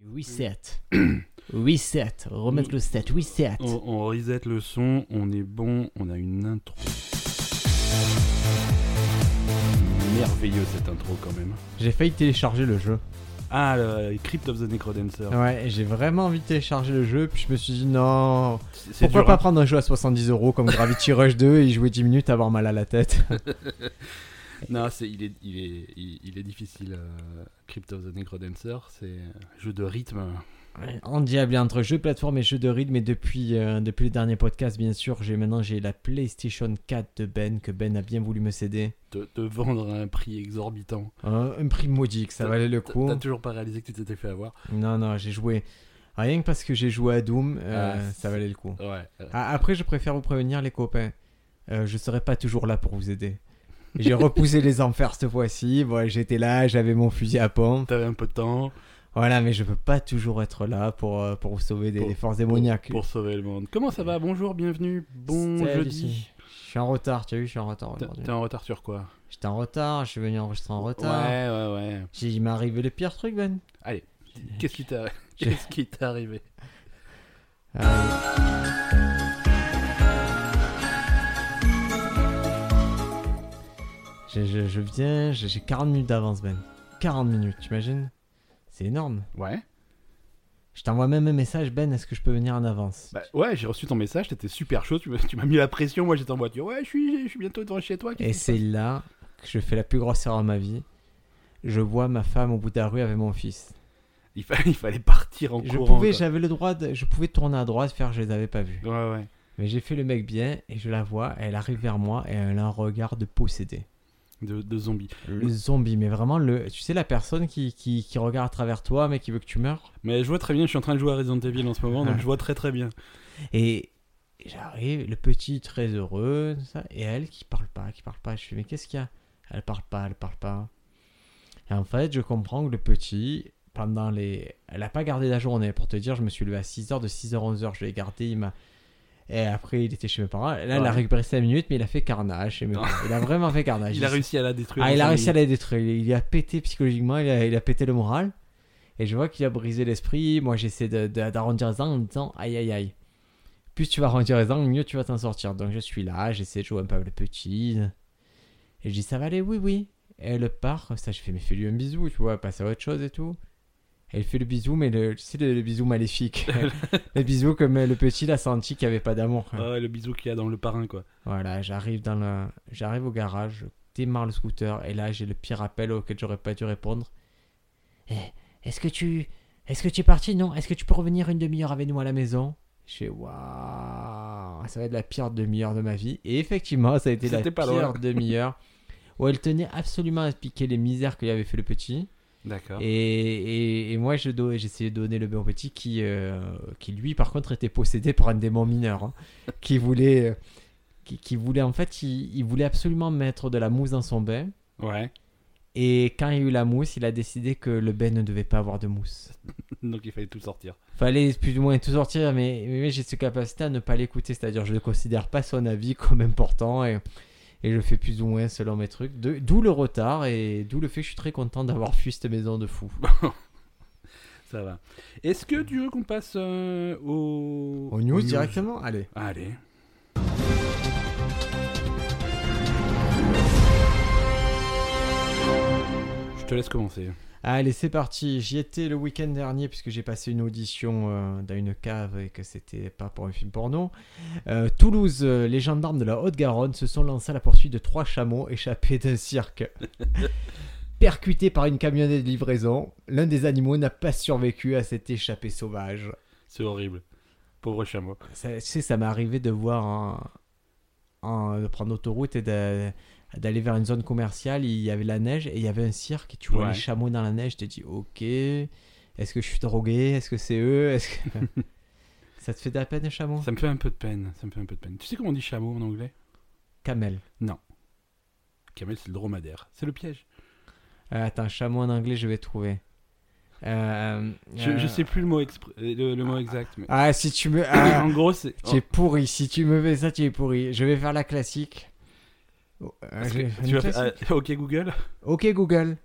Reset. Reset. Remettre le set. Reset. On, on reset le son, on est bon, on a une intro. Merveilleux cette intro quand même. J'ai failli télécharger le jeu. Ah, le Crypt of the Necrodancer. Ouais, j'ai vraiment envie de télécharger le jeu, puis je me suis dit non. C'est- c'est Pourquoi dur, pas hein. prendre un jeu à 70 euros comme Gravity Rush 2 et y jouer 10 minutes à avoir mal à la tête Non, c'est, il, est, il, est, il, il est difficile. euh, Crypt of the Necrodancer, c'est un jeu de rythme. On diable entre jeux de plateforme et jeux de rythme, mais depuis, euh, depuis le dernier podcast, bien sûr, j'ai maintenant j'ai la PlayStation 4 de Ben que Ben a bien voulu me céder. Hein, Te, te vendre à un prix exorbitant. Un, un prix maudit, que ça valait le T'as- coup. T'as toujours pas réalisé que tu t'étais fait avoir. Non, non, j'ai joué. Rien que parce que j'ai joué à Doom, euh, Ah, ça valait le coup. Ouais. euh, Ah, après, je préfère vous prévenir, les copains. Euh, je serai pas toujours là pour vous aider. J'ai repoussé les enfers cette fois-ci. Voilà, J'étais là, j'avais mon fusil à pompe. T'avais un peu de temps Voilà, mais je peux pas toujours être là pour, euh, pour vous sauver des, Pour- des forces démoniaques. pour sauver le monde. Comment ça va Bonjour, bienvenue, bon Salut, jeudi. c'est- Je suis en retard, tu as vu, je suis en retard T'es aujourd'hui. t'es en retard sur quoi J'étais en retard, je suis venu enregistrer en retard. Ouais, ouais, ouais. J'ai- Il m'est arrivé le pire truc, Ben. Allez, qu'est-ce qui t'est qu'est-ce qui t'est arrivé Ah, Je, je, je viens, j'ai j'ai 40 minutes d'avance, Ben. 40 minutes, t'imagines C'est énorme. Ouais. Je t'envoie même un message, Ben, est-ce que je peux venir en avance Bah, ouais, j'ai reçu ton message, t'étais super chaud, tu m'as tu m'as mis la pression, moi j'étais en voiture. Ouais, je suis, je suis bientôt devant chez toi. qu'est-ce Et qui se c'est là que je fais la plus grosse erreur de ma vie. Je vois ma femme au bout de la rue avec mon fils. passe il, fallait, il fallait partir en Je courant. pouvais, quoi. j'avais le droit, de- je pouvais tourner à droite, faire je les avais pas vus. Ouais, ouais. Mais j'ai fait le mec bien et je la vois, elle arrive vers moi et elle a un regard de possédé. De, de zombies. Le zombie, mais vraiment, le, tu sais, la personne qui, qui, qui regarde à travers toi, mais qui veut que tu meurs. Mais je vois très bien, je suis en train de jouer à Resident Evil en ce moment, Ah. donc je vois très très bien. Et j'arrive, le petit très heureux, tout ça, et elle qui parle pas, qui parle pas. Je fais, mais qu'est-ce qu'il y a Elle parle pas, elle parle pas. Et en fait, je comprends que le petit, pendant les. Elle a pas gardé la journée, pour te dire, je me suis levé à 6h, de 6h à 11h, je l'ai gardé, il m'a. Et après, il était chez mes parents. Là, il Ouais. a récupéré 5 minutes, mais il a fait carnage. chez mes Non. parents. Il a vraiment fait carnage. Il a Il- réussi à la détruire. Ah, il a en réussi à cinq la détruire. Il il a pété psychologiquement, il a, il a pété le moral. Et je vois qu'il a brisé l'esprit. Moi, j'essaie de- de- d'arrondir les angles en me disant aïe aïe aïe. Plus tu vas arrondir les angles, mieux tu vas t'en sortir. Donc je suis là, j'essaie de jouer un peu avec le petit. Et je dis ça va aller, oui, oui. Et elle part, comme ça, je fais mais fais-lui un bisou, tu vois, passe à autre chose et tout. Elle fait le bisou, mais le, tu sais, le, le bisou maléfique. le bisou comme le petit l'a senti qu'il n'y avait pas d'amour. minutes. Ah ouais, le bisou qu'il y a dans le parrain, quoi. Voilà, j'arrive dans le... j'arrive au garage, je démarre le scooter et là j'ai le pire appel auquel j'aurais pas dû répondre. Eh, Est-ce que tu est-ce que tu es parti Non, est-ce que tu peux revenir une demi-heure avec nous à la maison Je fais waouh, ça va être la pire demi-heure de ma vie et effectivement, ça a été la C'était pas pire loin. demi-heure où elle tenait absolument à expliquer les misères que lui avait fait le petit D'accord. et, et- et moi je do- j'essayais de donner le bon petit qui euh, qui lui par contre était possédé par un démon mineur hein, qui voulait euh, qui, qui voulait en fait il, il voulait absolument mettre de la mousse dans son bain Ouais. et quand il y a eu la mousse il a décidé que le bain ne devait pas avoir de mousse Donc il fallait tout sortir. fallait plus ou moins tout sortir mais, mais j'ai cette capacité à ne pas l'écouter c'est à dire je ne considère pas son avis comme important et et je fais plus ou moins selon mes trucs De- d'où le retard et d'où le fait que je suis très content d'avoir fui cette maison de fou Ça va. Est-ce que tu veux qu'on passe euh, au... au news directement allez Allez. Je te laisse commencer. Allez, c'est parti. J'y étais le week-end dernier puisque j'ai passé une audition euh, dans une cave et que c'était pas pour un film porno. Euh, Toulouse, euh, les gendarmes de la Haute-Garonne se sont lancés à la poursuite de trois chameaux échappés d'un cirque. Percutés par une camionnette de livraison, l'un des animaux n'a pas survécu à cette échappée sauvage. C'est horrible. Pauvre chameau. Ça, tu sais, ça m'est arrivé de voir un- un- de prendre l'autoroute et de- d'aller vers une zone commerciale. Il y avait la neige et il y avait un cirque. Et tu vois Ouais. les chameaux dans la neige. Je te dis, ok, est-ce que je suis drogué Est-ce que c'est eux Est-ce que... ça te fait de la peine, les chameaux Ça me fait un peu de peine. Ça me fait un peu de peine. Tu sais comment on dit chameau en anglais Camel. Camel, c'est le dromadaire. C'est le piège. Euh, attends, chameau en anglais, je vais trouver. Euh, Je, euh, je sais plus le mot, expr- euh, le, le mot exact. Mais... Ah, si tu me. ah, en gros, c'est. tu es pourri. Si tu me fais ça, tu es pourri. Je vais faire la classique. Oh, euh, Parce je que vais faire une tu vas classique. faire- ah, ok, Google. Ok Google,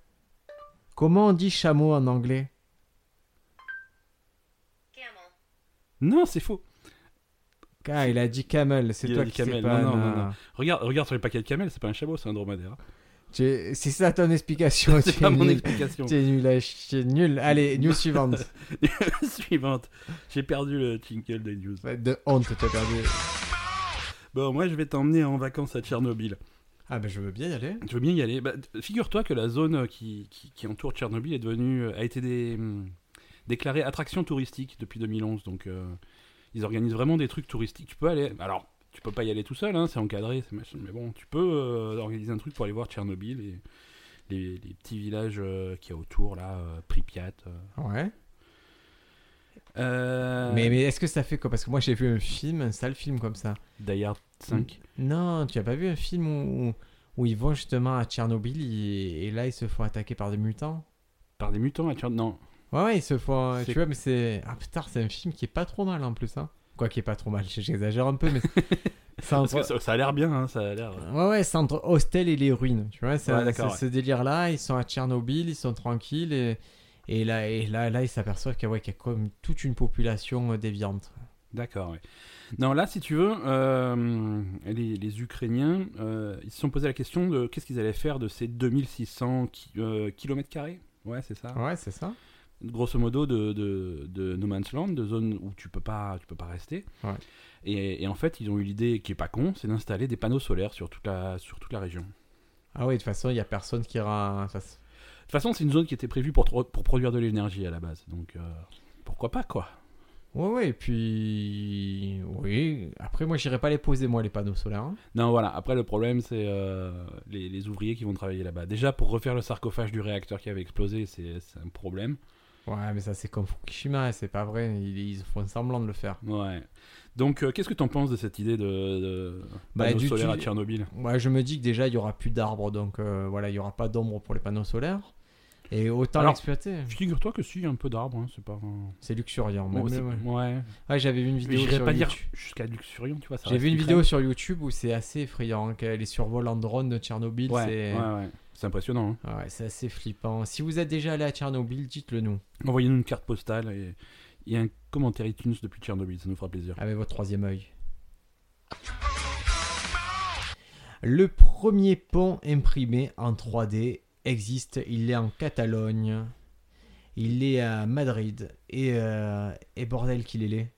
comment on dit chameau en anglais Non, c'est faux. Ah, il a dit camel, c'est Il a toi dit qui sais camel. pas. Non, non, non, non. Regarde, regarde sur les paquets de camel, c'est pas un chameau, c'est un dromadaire. Tu- C'est ça ton explication. C'est tu pas es mon nul. explication. Tu es nul, à chier, tu es nul. Allez, news suivante. Suivante. J'ai perdu le jingle des news. De honte, t'as perdu. Bon, moi, je vais t'emmener en vacances à Tchernobyl. Ah, ben je veux bien y aller. Tu bah, veux bien y aller Bah, t- Figure-toi que la zone euh, qui, qui, qui entoure Tchernobyl est devenue, a été dé- hum, déclarée attraction touristique depuis 2011. Donc, euh, ils organisent vraiment des trucs touristiques. Tu peux aller. Alors, tu peux pas y aller tout seul, hein, c'est encadré, c'est machin. Mais bon, tu peux euh, organiser un truc pour aller voir Tchernobyl et les, les petits villages euh, qu'il y a autour, là, euh, Pripyat. euh. Ouais. Euh, Mais, mais est-ce que ça fait quoi Parce que moi j'ai vu un film, un sale film comme ça. Die Hard 5. Non, tu as pas vu un film où, où- où ils vont justement à Tchernobyl et, et là ils se font attaquer par des mutants Par des mutants à Tchernobyl. Non, Ouais, ouais, ils se font. euh, C'est- Tu vois, mais c'est. Ah putain, c'est un film qui est pas trop mal en plus. Hein. Quoi qui est pas trop mal, j'exagère un peu, mais. ça parce entre... que ça, ça a l'air bien, hein, ça a l'air. Ouais, ouais, c'est entre Hostel et les ruines. Tu vois, c'est Ouais, un- d'accord, c'est ouais. ce délire-là. Ils sont à Tchernobyl, ils sont tranquilles et. Et là, et là, là, ils s'aperçoivent qu'il y, a- ouais, qu'il y a comme toute une population euh, déviante. D'accord, oui. Non, là, si tu veux, euh, les, les Ukrainiens, euh, ils se sont posé la question de qu'est-ce qu'ils allaient faire de ces 2600 ki- euh, kilomètres carrés Ouais, c'est ça. Ouais, c'est ça. Grosso modo, de, de, de No Man's Land, de zone où tu peux pas, tu peux pas rester. Ouais. Et, et en fait, ils ont eu l'idée, qui est pas con, c'est d'installer des panneaux solaires sur toute la, sur toute la région. De Ah oui, de toute façon, il y a personne qui ira. hein, enfin, c'est- toute façon, c'est une zone qui était prévue pour, tro- pour produire de l'énergie à la base. Donc, euh, pourquoi pas, quoi Ouais, ouais, et puis. Oui, après, moi, j'irai pas les poser, moi, les panneaux solaires. hein. Non, voilà. Après, le problème, c'est euh, les, les ouvriers qui vont travailler là-bas. Déjà, pour refaire le sarcophage du réacteur qui avait explosé, c'est c'est un problème. Ouais, mais ça, c'est comme Fukushima, c'est pas vrai. Ils, ils font semblant de le faire. Ouais. Donc, euh, qu'est-ce que t'en penses de cette idée de, de Bah, panneaux du- solaires tu- à Tchernobyl Moi, je me dis que déjà, il y aura plus d'arbres, donc euh, voilà, il y aura pas d'ombre pour les panneaux solaires. Et autant Alors- l'exploiter. Figure-toi que si, il y a un peu d'arbres, hein, c'est pas. un- C'est luxuriant. Bon, moi, c'est- mais ouais. ouais. Ouais, j'avais vu une vidéo. J'irais sur pas dire YouTube. jusqu'à luxuriant, tu vois. ça J'ai reste vu une crème. vidéo sur YouTube où c'est assez effrayant. hein, que les survols en drone de Tchernobyl, Ouais, c'est. ouais, ouais. C'est impressionnant. hein. Ah ouais, c'est assez flippant. Si vous êtes déjà allé à Tchernobyl, dites-le nous. Envoyez-nous une carte postale et, et un commentaire iTunes depuis Tchernobyl, ça nous fera plaisir. Avec votre troisième œil. Le premier pont imprimé en 3D existe. Il est en Catalogne. Il est à Madrid. Et, euh, et bordel qu'il est laid.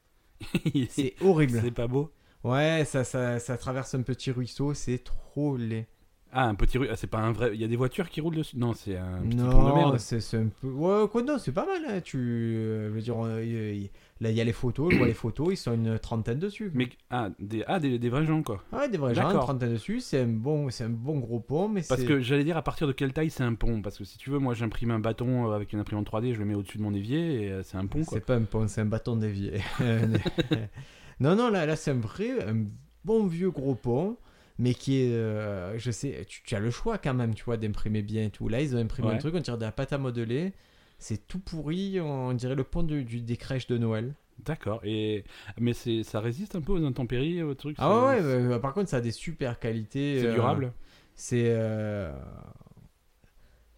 c'est C'est horrible. c'est pas beau Ouais, ça, ça, ça traverse un petit ruisseau. C'est trop laid. Ah, un petit rue. Ah, c'est pas un vrai. Il y a des voitures qui roulent dessus. Non, c'est un petit pont de merde. Non, c'est c'est un peu. Ouais, quoi, non, c'est pas mal. hein, Tu euh, je veux dire, euh, y- y- là, il y a les photos. Je vois les photos. Ils sont une trentaine dessus. Mais ah, des, ah, des, des vrais gens quoi. Ouais, des vrais gens, une D'accord. trentaine dessus, c'est un bon, c'est un bon gros pont, mais Parce c'est- que j'allais dire à partir de quelle taille c'est un pont. Parce que si tu veux, moi j'imprime un bâton euh, avec une imprimante 3D, je le mets au-dessus de mon évier et euh, c'est un pont quoi. c'est pas un pont, c'est un bâton d'évier. non, non, là, là, c'est un vrai, un bon vieux gros pont, mais qui est, euh, je sais, tu, tu as le choix quand même, tu vois, d'imprimer bien et tout. Là, ils ont imprimé un Ouais. truc, on dirait de la pâte à modeler. C'est tout pourri, on dirait le pont du, du- des crèches de Noël. D'accord. Et mais c'est ça résiste un peu aux intempéries, au truc. Ah ouais, ouais, c'est- euh, par contre, ça a des super qualités. C'est euh, durable. C'est. euh,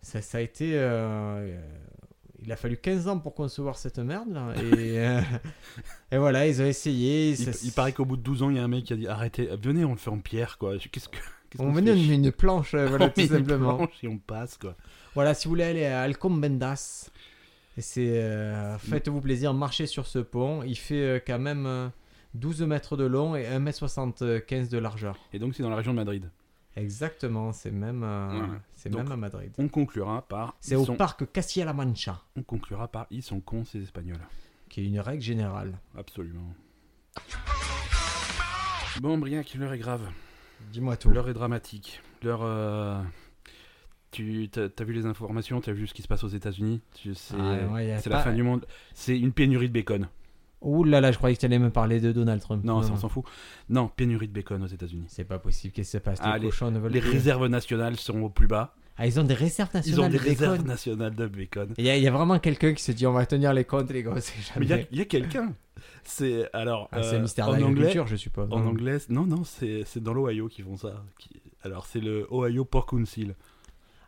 Ça, ça a été. euh, Il a fallu 15 ans pour concevoir cette merde. là, Et, euh, et voilà, ils ont essayé. Il, ça- il paraît qu'au bout de 12 ans, il y a un mec qui a dit arrêtez, venez, on le fait en pierre quoi. Je- Qu'est-ce que. qu'est-ce On qu'on venait fait une, une planche, euh, voilà, On met tout une simplement. planche Et on passe quoi. Voilà, si vous voulez aller à Alcombendas, et c'est, euh, Mm. faites-vous plaisir, marchez sur ce pont. Il fait euh, quand même euh, 12 mètres de long et 1m75 de largeur. Et donc c'est dans la région de Madrid. Exactement, c'est même, euh, Ouais. c'est Donc, même à Madrid. On conclura par. C'est ils au sont- parc Castilla-La Mancha, On conclura par ils sont cons ces Espagnols. qui est une règle générale. Absolument. Bon, Briac, l'heure est grave. Dis-moi tout. L'heure est dramatique. L'heure. euh, Tu t'as t'as vu les informations, t'as vu ce qui se passe aux États-Unis. Tu sais, Ah, ouais, y a c'est pas- la fin du monde. C'est une pénurie de bacon. Ouh là là, je croyais que tu allais me parler de Donald Trump. Non, ça, on s'en fout. Non, pénurie de bacon aux États-Unis. C'est pas possible. Qu'est-ce qui se passe Ah, Les cochons ne veulent Les plus. réserves nationales sont au plus bas. Ah, ils ont des réserves Ils ont nationales des de bacon. réserves nationales de bacon. Il y, a- il y a vraiment quelqu'un qui se dit on va tenir les comptes, les gars. C'est jamais. Mais il y a, il y a quelqu'un. C'est alors Ah, c'est euh, un mystère en anglais. d'agriculture, je suppose. En hein. anglais, non, non, c'est c'est dans l'Ohio qu'ils font ça. Qui- Alors, c'est le Ohio Pork Council.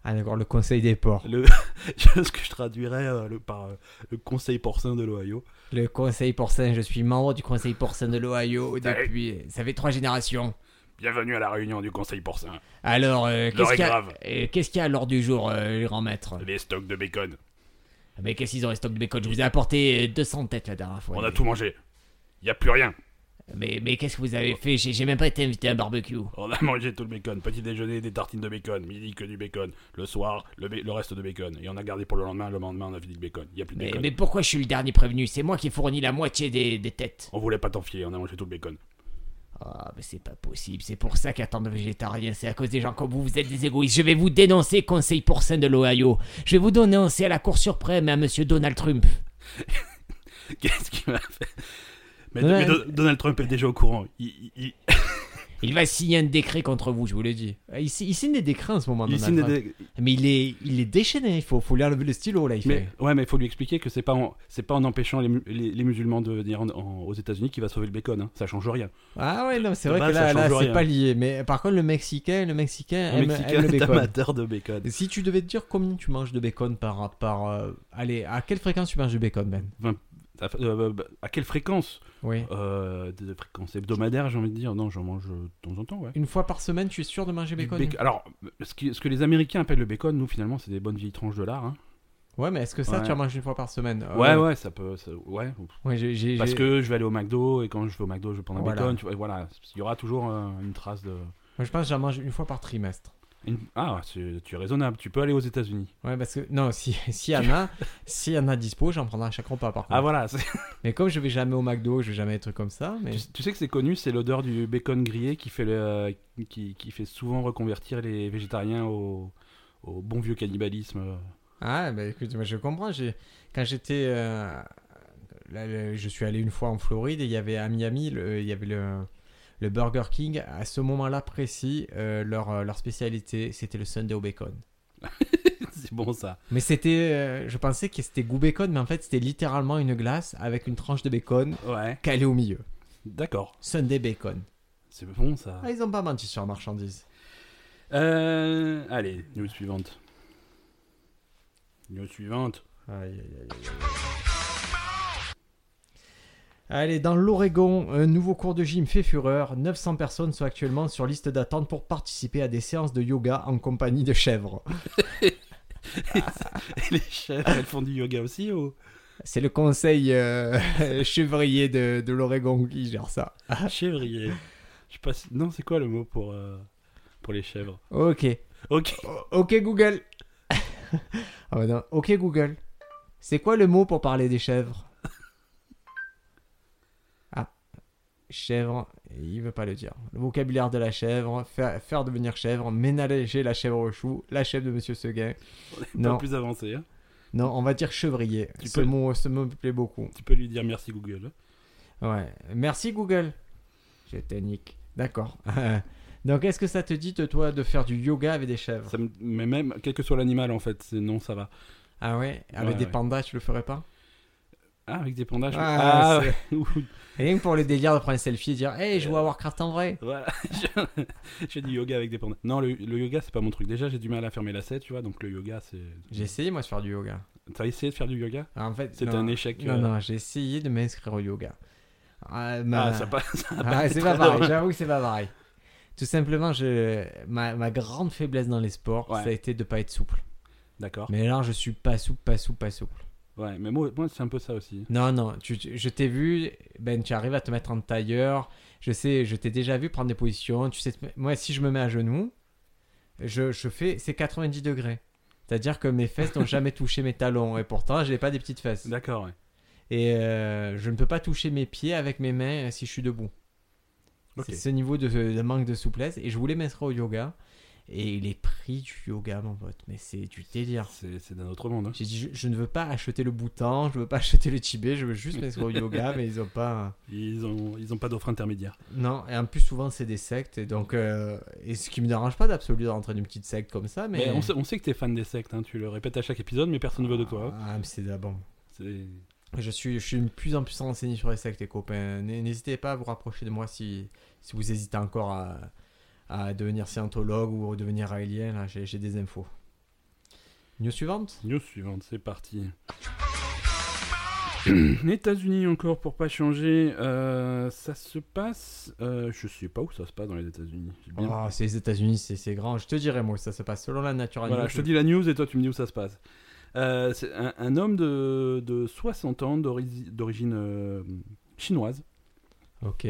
Ah d'accord, le conseil des ports. Le... ce que je traduirais euh, le- par euh, le conseil porcin de l'Ohio. Le conseil porcin, je suis membre du conseil porcin de l'Ohio depuis... Ça fait trois générations. Bienvenue à la réunion du conseil porcin. Alors, euh, L'heure qu'est-ce est qu'il y, a- grave. euh, qu'est-ce qu'il y a à l'ordre du jour, euh, grand maître Les stocks de bacon. Ah, Mais qu'est-ce qu'ils ont les stocks de bacon Je vous ai apporté euh, 200 têtes la dernière fois. On a tout mangé. Il a plus rien. Mais, mais qu'est-ce que vous avez fait J'ai j'ai même pas été invité à un barbecue. On a mangé tout le bacon. Petit déjeuner, des tartines de bacon. Midi, que du bacon. Le soir, le, ba- le reste de bacon. Et on a gardé pour le lendemain. Le lendemain, on a fini le bacon. Il n'y a plus de Mais, bacon. mais pourquoi je suis le dernier prévenu C'est moi qui fournis la moitié des, des têtes. On voulait pas t'enfiler. On a mangé tout le bacon. Ah, mais c'est pas possible. C'est pour ça qu'attendre le végétarien. C'est à cause des gens comme vous. Vous êtes des égoïstes. Je vais vous dénoncer, conseil pourcin de l'Ohio. Je vais vous dénoncer à la Cour suprême et à monsieur Donald Trump. Qu'est-ce qu'il m'a fait mais, Ouais. Ah, mais Don- Donald Trump est déjà au courant. Il, il- il- Il va signer un décret contre vous, je vous le dis. Ah, Il, si- il signe des décrets en ce moment. il Donald signe Trump. des- Mais il est, il est déchaîné. Il faut, faut lui enlever le stylo, là. Il Mais fait. ouais, mais faut lui expliquer que c'est pas en, c'est pas en empêchant les, mu- les- les musulmans de venir en- en- aux États-Unis qui va sauver le bacon. hein. Ça change rien. Ah ouais, non, c'est De vrai que base, là, ça là change c'est rien. pas lié. Mais par contre, le Mexicain, le Mexicain, Le aime, Mexicain aime le est bacon. amateur de bacon. Si tu devais te dire combien tu manges de bacon par... par euh, allez, à quelle fréquence tu manges du bacon, Ben Ça fait- euh, bah, à quelle fréquence Oui. euh, de, de fréquence hebdomadaire, j'ai envie de dire. Non, j'en mange euh, de temps en temps, ouais. Une fois par semaine, tu es sûr de manger Du bacon bacon- Alors, ce, qui- ce que les Américains appellent le bacon, nous finalement, c'est des bonnes vieilles tranches de lard. hein. Ouais, mais est-ce que ça, Ouais. tu en manges une fois par semaine Euh, Ah ouais, ouais, ça peut. ça- ouais. ouais, j'ai- j'ai- Parce j'ai- que je vais aller au McDo et quand je vais au McDo, je vais prendre un Voilà. bacon. Tu vois, voilà, il y aura toujours euh, une trace de. Moi, je pense que j'en mange une fois par trimestre. une- Ah, c'est- tu es raisonnable. Tu peux aller aux États-Unis. Ouais, parce que... Non, si, si y en a, si y en a dispo, j'en prendrai à chaque repas, par contre. Ah voilà, c'est- Mais comme je vais jamais au McDo, je vais jamais des trucs comme ça, mais... Tu, tu sais que c'est connu, c'est l'odeur du bacon grillé qui fait, le, qui, qui fait souvent reconvertir les végétariens au, au bon vieux cannibalisme. Ah, bah écoute, moi, je comprends. j'ai- Quand j'étais. euh, là, le- je suis allé une fois en Floride et il y avait à Miami, le- il y avait le, le Burger King. À ce moment-là précis, euh, leur, euh, leur spécialité, c'était le Sunday au bacon. c'est bon ça. Mais c'était. euh, je pensais que c'était goût bacon, mais en fait, c'était littéralement une glace avec une tranche de bacon Ouais, calée au milieu. d'accord. Sunday bacon. C'est bon ça. Ah, ils ont pas menti sur la marchandise. Euh, allez, news suivante. News suivante. Aïe, aïe, aïe, aïe, aïe. Allez, dans l'Oregon, un nouveau cours de gym fait fureur. 900 personnes sont actuellement sur liste d'attente pour participer à des séances de yoga en compagnie de chèvres. les chefs, elles font du yoga aussi ou C'est le conseil euh, chevrier de, de l'Oregon qui gère ça. Ah. Chèvrier. Je sais pas si- Non, c'est quoi le mot pour, euh, pour les chèvres Ok. Ok. O- ok Google. Ah bah non. Ok Google. C'est quoi le mot pour parler des chèvres Ah. Chèvre, il veut pas le dire. Le vocabulaire de la chèvre, faire, faire devenir chèvre, ménager la chèvre au chou, la chèvre de Monsieur Seguin. Non. Pas plus avancé. hein. Non, on va dire chevrier. Tu ce, peux- mot, ce mot me plaît beaucoup. Tu peux lui dire merci Google. Ouais. Merci Google. Je te nique. D'accord. Donc, est-ce que ça te dit de toi de faire du yoga avec des chèvres Ça me- Mais même, quel que soit l'animal en fait, c'est- non, ça va. Ah ouais Avec Ouais, des ouais. pandas, tu le ferais pas Ah, avec des pandas. je- Ah, Ah, ouais. Rien que pour le délire de prendre un selfie et dire Hey, je joue à Warcraft en vrai. voilà. Je- j'ai du yoga avec des pandas. Non, le, le yoga, c'est pas mon truc. Déjà, j'ai du mal à fermer lacet, tu vois. Donc, le yoga, c'est. J'ai essayé moi de faire du yoga. T'as essayé de faire du yoga Alors, en fait, C'était non. un échec. Non, euh, non, j'ai essayé de m'inscrire au yoga. Ah, ma- Ah, ça passe. Ah, c'est pas pareil, j'avoue que c'est pas pareil. Tout simplement, je... ma, ma grande faiblesse dans les sports, Ouais. ça a été de pas être souple. D'accord. Mais là, je suis pas souple, pas souple, pas souple. Ouais, mais moi, moi, c'est un peu ça aussi. Non, non, tu- tu- je t'ai vu, Ben, tu arrives à te mettre en tailleur. Je sais, je t'ai déjà vu prendre des positions. Tu sais, te- moi, si je me mets à genoux, je, je fais, c'est 90 degrés. C'est-à-dire que mes fesses n'ont jamais touché mes talons et pourtant, j'ai pas des petites fesses. D'accord, ouais. Et euh, je ne peux pas toucher mes pieds avec mes mains euh, si je suis debout. Ok. C'est ce niveau de, de manque de souplesse. Et je voulais m'inscrire au yoga. Et il est pris du yoga, mon pote. Mais c'est du délire. C'est c'est d'un autre monde. hein. J'ai dit, je, je ne veux pas acheter le Bhoutan, je ne veux pas acheter le Tibet, je veux juste m'inscrire au yoga, mais ils ont pas. Ils ont, ils ont pas d'offre intermédiaire. Non, et en plus, souvent, c'est des sectes, et donc. euh, et ce qui me dérange pas d'absolu d'entrer dans une petite secte comme ça, mais. Mais, on, sait, on sait que t'es fan des sectes. hein. Tu le répètes à chaque épisode, mais personne veut de toi. hein. Ah, mais c'est d'abord. C'est- Je suis, je suis de plus en plus renseigné sur les sectes, les copains. N- N'hésitez pas à vous rapprocher de moi si, si vous hésitez encore à, à devenir scientologue ou devenir aélien. Là, j'ai, j'ai des infos. News suivante News suivante, c'est parti. États-Unis encore pour pas changer. Euh, ça se passe. euh, je sais pas où ça se passe dans les États-Unis. J'ai bien- Ah, c'est les États-Unis, c'est c'est grand. Je te dirai, moi, ça se passe selon la nature animale. Voilà, je te dis la news et toi tu me dis où ça se passe. Euh, c'est un, un homme de, de 60 ans d'ori- d'origine euh, chinoise Ok.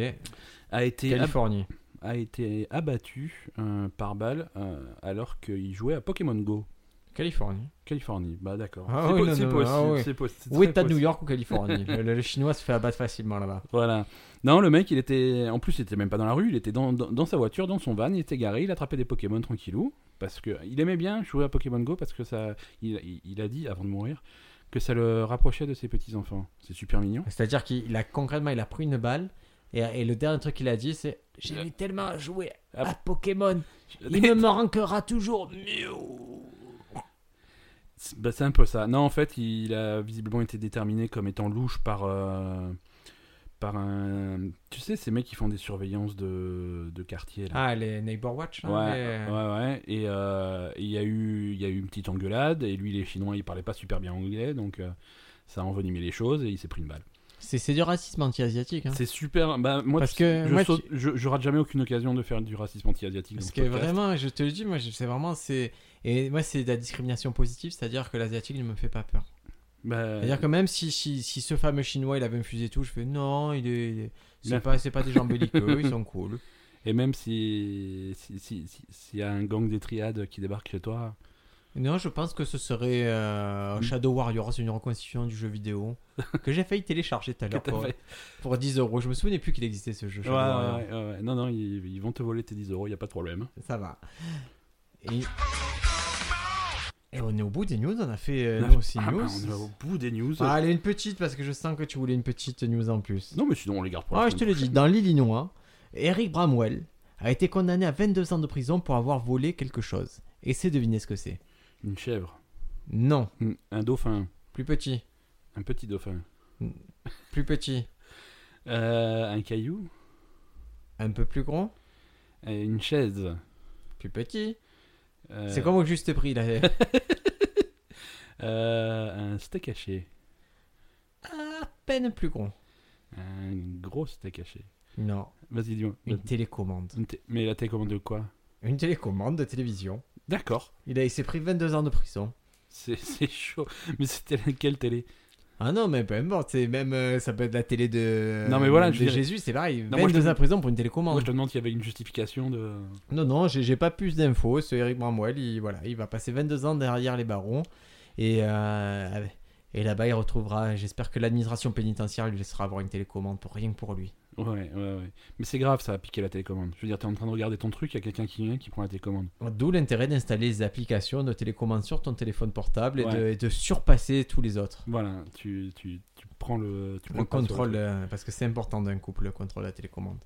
a été, ab- Californie. a été abattu euh, par balle euh, alors qu'il jouait à Pokémon Go. Californie. Californie, bah d'accord. Ah c'est oui, po- non, c'est non, possible. ah oui. c'est possi- c'est Où très est à New possible. York ou Californie le, le- le chinois se fait abattre facilement là-bas. Voilà. Non, le mec, il était. En plus, il était même pas dans la rue, il était dans, dans- dans sa voiture, dans son van, il était garé, il attrapait des Pokémon tranquillou. Parce que il aimait bien jouer à Pokémon Go parce que ça. Il, il- il a dit, avant de mourir, que ça le rapprochait de ses petits-enfants. C'est super mignon. C'est-à-dire qu'il a concrètement, il a pris une balle. Et, et le dernier truc qu'il a dit, c'est J'aimais tellement jouer à Pokémon. Il ne me manquera toujours. Miaou. C'est bah, c'est un peu ça. Non, en fait, il a visiblement été déterminé comme étant louche par. euh, par un. Tu sais, ces mecs qui font des surveillances de, de quartier, là. Ah, les Neighbor Watch. là, Ouais, les- ouais, ouais. Et euh, il y a eu, il y a eu une petite engueulade. Et lui, les Chinois, il parlait pas super bien anglais, donc euh, ça a envenimé les choses et il s'est pris une balle. C'est c'est du racisme anti-asiatique. hein. C'est super. Bah moi, Parce tu sais, que je, moi, saute- tu- je- je rate jamais aucune occasion de faire du racisme anti-asiatique. dans Parce ce que podcast. vraiment, je te le dis, moi, je- c'est vraiment. c'est Et moi, c'est de la discrimination positive, c'est-à-dire que l'asiatique ne me fait pas peur. Bah, C'est-à-dire que même si, si, si ce fameux chinois il avait un fusil et tout, je fais non, il est. il est- Mais- C'est pas, c'est pas des gens belliqueux, ils sont cool. Et même si si- si- si- s'il y a un gang des triades qui débarque chez toi, Non, je pense que ce serait euh, Mm. Shadow Warrior, c'est une reconstitution du jeu vidéo que j'ai failli télécharger tout à l'heure qu'est-ce que pour, t'as fait pour 10 euros. Je me souvenais plus qu'il existait ce jeu. Ouais, Shadow Warrior. ouais, ouais, ouais. Non, non, ils, ils vont te voler tes 10 euros, y a pas de problème. Ça va. Et... Et on est au bout des news, on a fait euh, Ah, nous aussi bah, news. on est au bout des news. Ah, allez, une petite parce que je sens que tu voulais une petite news en plus. Non, mais sinon on les garde pour la Ah, je semaine te le dis, dans l'Illinois, Eric Bramwell a été condamné à 22 ans de prison pour avoir volé quelque chose. Et c'est deviner ce que c'est. prochaine. Une chèvre, Non, un dauphin, plus petit, un petit dauphin. plus petit, Euh, un caillou un peu plus grand, et Une chaise plus petit. Euh, C'est comme au juste prix là. euh, Un steak haché. à peine plus grand. Un gros steak haché. Non, Vas-y, dis-moi. une télécommande. Une té- Mais la télécommande de quoi Une télécommande de télévision. D'accord. Il, a, il s'est pris 22 ans de prison. C'est c'est chaud. Mais c'était laquelle télé Ah non, mais peu importe, c'est même euh, ça peut être la télé de, Non, mais voilà, de je dirais- Jésus, c'est pareil. Non, moi, je 22 te- ans de prison pour une Moi, télécommande. je te demande s'il y avait une justification de. Non, non, j'ai j'ai pas plus d'infos. Ce Eric Bramwell, il, voilà, il va passer 22 ans derrière les barons. Et, euh, et là-bas, il retrouvera. J'espère que l'administration pénitentiaire lui laissera avoir une télécommande pour rien que pour lui. Ouais, ouais, ouais. Mais c'est grave, ça a piqué la télécommande. Je veux dire, t'es en train de regarder ton truc, il y a quelqu'un qui vient qui prend la télécommande. D'où l'intérêt d'installer des applications de télécommande sur ton téléphone portable et, Ouais. de, et de surpasser tous les autres. Voilà, tu, tu, tu prends le. Tu prends Le pas sur contrôle, truc. euh, parce que c'est important d'un couple, le contrôle de la télécommande.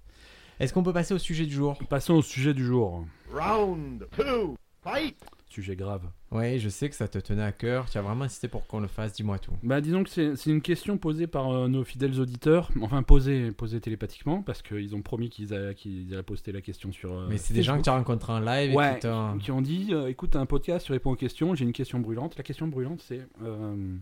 Est-ce qu'on peut passer au sujet du jour Passons au sujet du jour. Round two, fight! Sujet grave. Ouais, je sais que ça te tenait à cœur. Tu as vraiment insisté pour qu'on le fasse. Dis-moi tout. Bah, disons que c'est c'est une question posée par euh, nos fidèles auditeurs, enfin posée, posée télépathiquement, parce qu'ils ont promis qu'ils a- qu'ils allaient poster la question sur. euh, Mais c'est des gens que Facebook, tu as rencontrés en live et Ouais. qui t'ont- qui ont dit euh, écoute, t'as un podcast, tu réponds aux questions, j'ai une question brûlante. La question brûlante, c'est euh,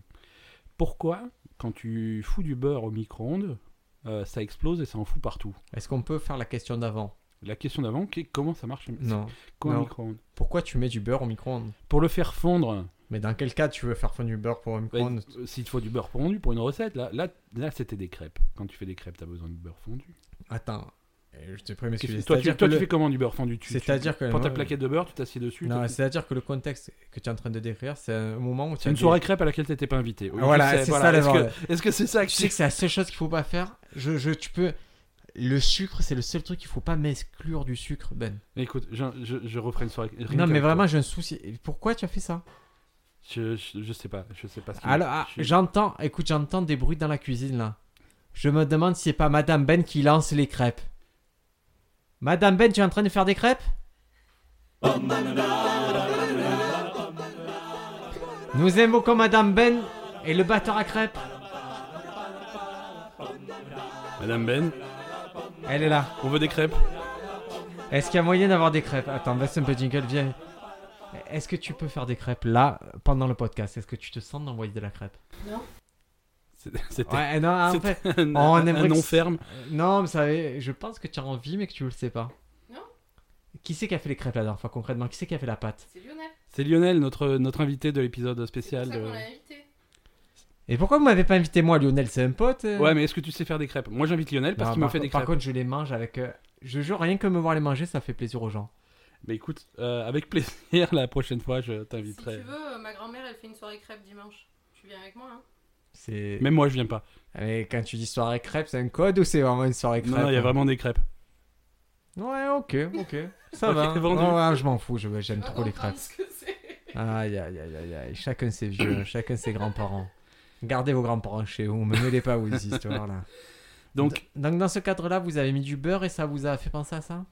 pourquoi, quand tu fous du beurre au micro-ondes, euh, ça explose et ça en fout partout Est-ce qu'on peut faire la question d'avant La question d'avant, qui est comment ça marche Non. Quoi, un non. micro-ondes Pourquoi tu mets du beurre au micro-ondes Pour le faire fondre, Mais dans quel cas tu veux faire fondre du beurre pour un bah, micro-ondes euh, s'il te faut du beurre fondu pour une recette, là, là, là c'était des crêpes. Quand tu fais des crêpes, t'as besoin de beurre fondu. Attends, euh, je te prie, monsieur. Qu'est-ce que- Toi, tu, C'est-à-dire toi, que tu le- fais comment du beurre fondu Tu- tu C'est-à-dire que prends ta moi- plaquette de beurre, tu t'assieds dessus. Non, t'as- c'est-à-dire que le contexte que tu es en train de décrire, c'est un moment où tu C'est as une des- soirée crêpe à laquelle t'étais pas invité. Oui, je Voilà, sais, c'est ça, la Est-ce vraie. que- est-ce que c'est ça que Tu sais que c'est la seule chose qu'il faut pas faire. Je, je, tu peux. Le sucre, c'est le seul truc qu'il faut pas m'exclure du sucre, Ben. Écoute, je, je, je referai une soirée. rien non, qu'avec mais toi. vraiment, j'ai un souci. Et Pourquoi tu as fait ça Je, je, je sais pas, je sais pas. ce qui- Alors, ah, je- j'entends. Écoute, j'entends des bruits dans la cuisine là. Je me demande si c'est pas Madame Ben qui lance les crêpes. Madame Ben, tu es en train de faire des crêpes Nous invoquons Madame Ben et le batteur à crêpes. Madame Ben, Elle est là. on veut des crêpes. Est-ce qu'il y a moyen d'avoir des crêpes Attends, baisse un peu jingle, viens. Est-ce que tu peux faire des crêpes là, pendant le podcast Est-ce que tu te sens d'envoyer de la crêpe C'est- C'était Ouais, non, en c'était fait, un, on un- aimerait un que nom c- ferme. euh, non, mais ça, je pense que tu as envie, mais que tu le sais pas. Non. Qui c'est qui a fait les crêpes la dernière fois, concrètement Qui c'est qui a fait la pâte C'est Lionel. C'est Lionel, notre, notre invité de l'épisode C'est pour spécial. euh, ça qu'on de- l'a invité. Et pourquoi vous m'avez pas invité moi Lionel, c'est un pote euh Ouais, mais est-ce que tu sais faire des crêpes Moi, j'invite Lionel parce Non, qu'il me par, fait des par crêpes. contre, je les mange avec. euh, je jure, rien que me voir les manger, ça fait plaisir aux gens. Mais écoute, euh, avec plaisir, la prochaine fois, je Si tu t'inviterai. veux, euh, ma grand-mère, elle fait une soirée crêpe dimanche. Tu viens avec moi, hein C'est. Même moi, je viens pas. Mais quand tu dis soirée crêpe, c'est un code ou c'est vraiment une soirée crêpe Non, non, il y a vraiment des crêpes. Ouais, ok, ok. Ça Ok, va. vendu. Ouais, ouais, je m'en fous, je- j'aime Tu vas trop les comprendre crêpes. Ah, ce que c'est. Aïe, aïe, aïe, aïe, aïe. Chacun ses vieux, chacun ses grands-parents. Gardez vos grands-parents chez vous, ne les pas, vous, ces histoires-là. Donc, D- donc, dans ce cadre-là, vous avez mis du beurre et ça vous a fait penser à ça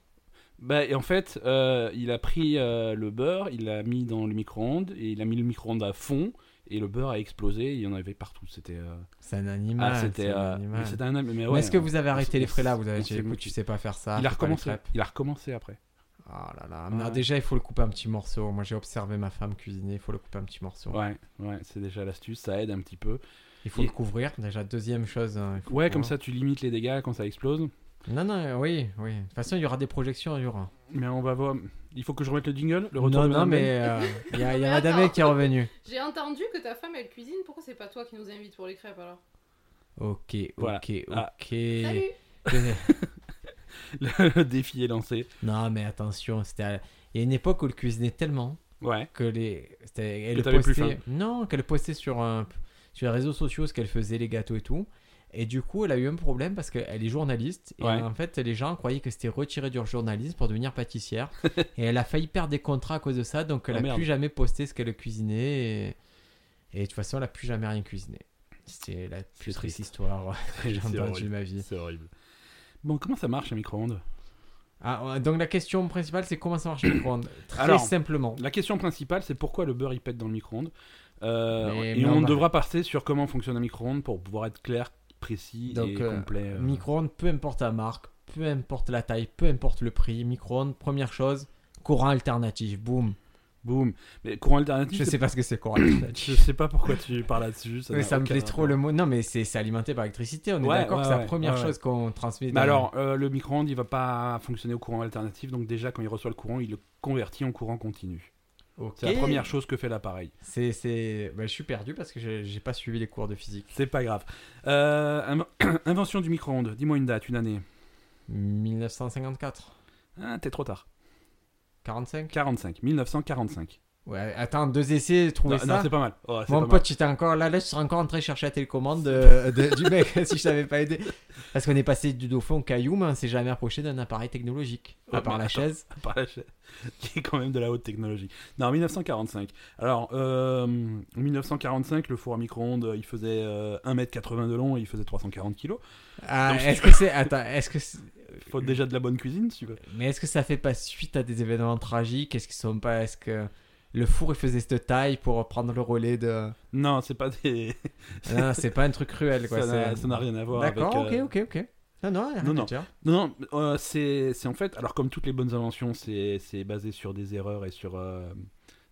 Bah, et en fait, euh, il a pris euh, le beurre, il l'a mis dans le micro-ondes, et il a mis le micro-ondes à fond, et le beurre a explosé, il y en avait partout. C'était. euh, C'est un animal. Ah, c'était. c'est un euh, animal. mais c'était un homme, mais Mais ouais, est-ce que vous avez on arrêté s- les frais là Vous on avez s'est dit, écoute, mouti. tu sais pas faire ça. Il a fais pas les recommencé. crêpes. Il a recommencé après. Ah là là. mais Ouais. Déjà, il faut le couper un petit morceau. Moi, j'ai observé ma femme cuisiner, il faut le couper un petit morceau. Ouais, ouais, c'est déjà l'astuce, ça aide un petit peu. Il faut Et- le couvrir. Déjà, deuxième chose. hein, il faut Ouais, couvrir. comme ça, tu limites les dégâts quand ça explose. Non, non, oui, oui. De toute façon, il y aura des projections, hein. il y aura. Mais on va voir. Il faut que je remette le jingle, le retour non, de non, Madame Ben mais euh, il y a, il y a Mais Madame attends. qui est revenue. J'ai entendu que ta femme, elle cuisine. Pourquoi c'est pas toi qui nous invite pour les crêpes alors Ok, ok, Voilà. Ah. ok. Salut Le défi est lancé. non, mais attention, c'était. à- Il y a une époque où le cuisinait tellement Ouais. que les. c'était- Elle Que le t'avais plus postait. Non, qu'elle postait sur un, sur les réseaux sociaux ce qu'elle faisait, les gâteaux et tout. Et du coup, elle a eu un problème parce qu'elle est journaliste. Et Ouais. en fait, les gens croyaient que c'était retiré du journalisme pour devenir pâtissière. et elle a failli perdre des contrats à cause de ça. Donc, elle Oh, n'a merde. plus jamais posté ce qu'elle cuisinait. Et... et de toute façon, elle n'a plus jamais rien cuisiné. C'était la plus triste triste. histoire que j'ai C'est entendue de horrible. ma vie. C'est horrible. Bon, comment ça marche un micro-ondes Ah, ouais, donc la question principale, c'est comment ça marche le micro-ondes Très Alors, simplement. La question principale, c'est pourquoi le beurre il pète dans le micro-ondes. Euh, Mais- et mais on, on va- devra passer sur comment fonctionne un micro-ondes pour pouvoir être clair, précis Donc, et euh, complet. euh. Micro-ondes, peu importe la marque, peu importe la taille, peu importe le prix. Micro-ondes, première chose, courant alternatif. Boum. Boum. Mais courant alternatif. Je c'est- sais pas ce que c'est courant alternatif. Je sais pas pourquoi tu parles là-dessus. Mais n'a ça me aucun plaît trop rapport. le mot. Non, mais c'est c'est alimenté par l'électricité. On est Ouais, d'accord ouais, que c'est la ouais, première ouais, ouais. chose qu'on transmet. Mais dans- alors, euh, le micro-ondes, il va pas fonctionner au courant alternatif, donc déjà quand il reçoit le courant, il le convertit en courant continu. Ok. C'est la première chose que fait l'appareil. C'est- c'est- bah, je suis perdu parce que j'ai j'ai pas suivi les cours de physique. C'est pas grave. Euh, inv- invention du micro-ondes, dis-moi une date, une année. 1954, Ah, t'es trop tard. 45. 45, 1945. Ouais, attends, deux essais, trouver Non, ça. non, c'est pas mal. Oh, c'est Mon pas mal. pote, tu étais encore là, là, je serais encore en train de chercher la télécommande de- de- du mec si je t'avais pas aidé. Parce qu'on est passé du dauphin au caillou, mais on s'est jamais approché d'un appareil technologique. à Ouais, part mais la attends. chaise. par la chaîne, qui est quand même de la haute technologie. Non, 1945. Alors, euh, en 1945, le four à micro-ondes, il faisait euh, 1m80 de long et il faisait 340 kg. Ah, Donc, si est-ce que c'est. Attends, est-ce que. c'est- Faut Euh, déjà de la bonne cuisine, si tu veux. Mais est-ce que ça fait pas suite à des événements tragiques Est-ce qu'ils sont pas. Est-ce que. Le four, il faisait cette taille pour prendre le relais de. Non, c'est pas des... Non, non, c'est pas un truc cruel, quoi. ça n'a- c'est- ça n'a rien à voir avec... D'accord, ok, euh, ok, ok. Non, non, rien Non, à non. dire. Non, non, euh, c'est c'est en fait... Alors, comme toutes les bonnes inventions, c'est c'est basé sur des erreurs et sur... euh,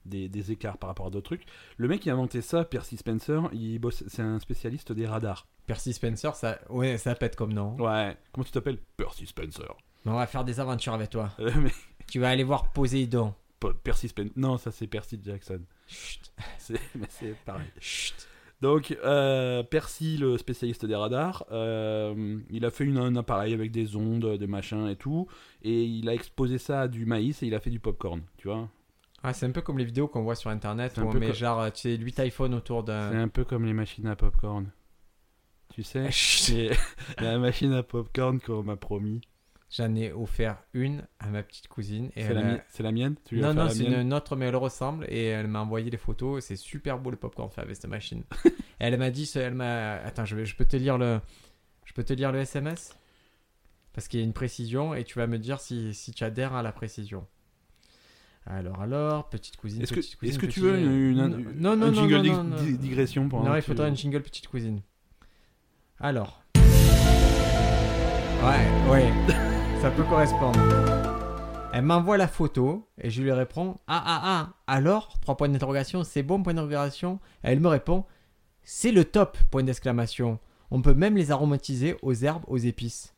des, des écarts par rapport à d'autres trucs. Le mec qui a inventé ça, Percy Spencer, il bosse- c'est un spécialiste des radars. Percy Spencer, ça. Ouais, ça pète comme nom. Ouais. Comment tu t'appelles Percy Spencer. Mais on va faire des aventures avec toi. Euh, mais- Tu vas aller voir Poséidon. Pas- Percy Spen- Non, ça c'est Percy Jackson. Chut. C'est mais c'est pareil. Chut. Donc, euh, Percy, le spécialiste des radars, euh, il a fait une, un appareil avec des ondes, des machins et tout. Et il a exposé ça à du maïs et il a fait du popcorn, tu vois. Ah, c'est un peu comme les vidéos qu'on voit sur internet C'est un où on peu met co- genre, tu sais, 8 iPhones autour C'est d'un. un peu comme les machines à popcorn. Tu sais Chut. les- La machine à popcorn qu'on m'a promis. J'en ai offert une à ma petite cousine. Et C'est elle la, a- mi- c'est la mienne Tu lui as Non, offert non, la c'est mienne une autre, mais elle ressemble. Et elle m'a envoyé les photos. C'est super beau le popcorn fait avec cette machine. Et elle m'a dit, ce- elle m'a. Attends, je, vais, je peux te lire le. Je peux te lire le SMS Parce qu'il y a une précision et tu vas me dire si, si tu adhères à la précision. Alors, alors, petite cousine. Est-ce que, petite cousine, est-ce que tu petite- euh, veux une, une- Non, non, un non, jingle non, dig- non, non. dig- digression pendant Non, que il tu- faudrait une jingle petite cuisine. Alors. Ouais, ouais, ça peut correspondre. Elle m'envoie la photo et je lui réponds Ah ah ah, alors Trois points d'interrogation, c'est bon point d'interrogation Elle me répond C'est le top point d'exclamation. On peut même les aromatiser aux herbes, aux épices.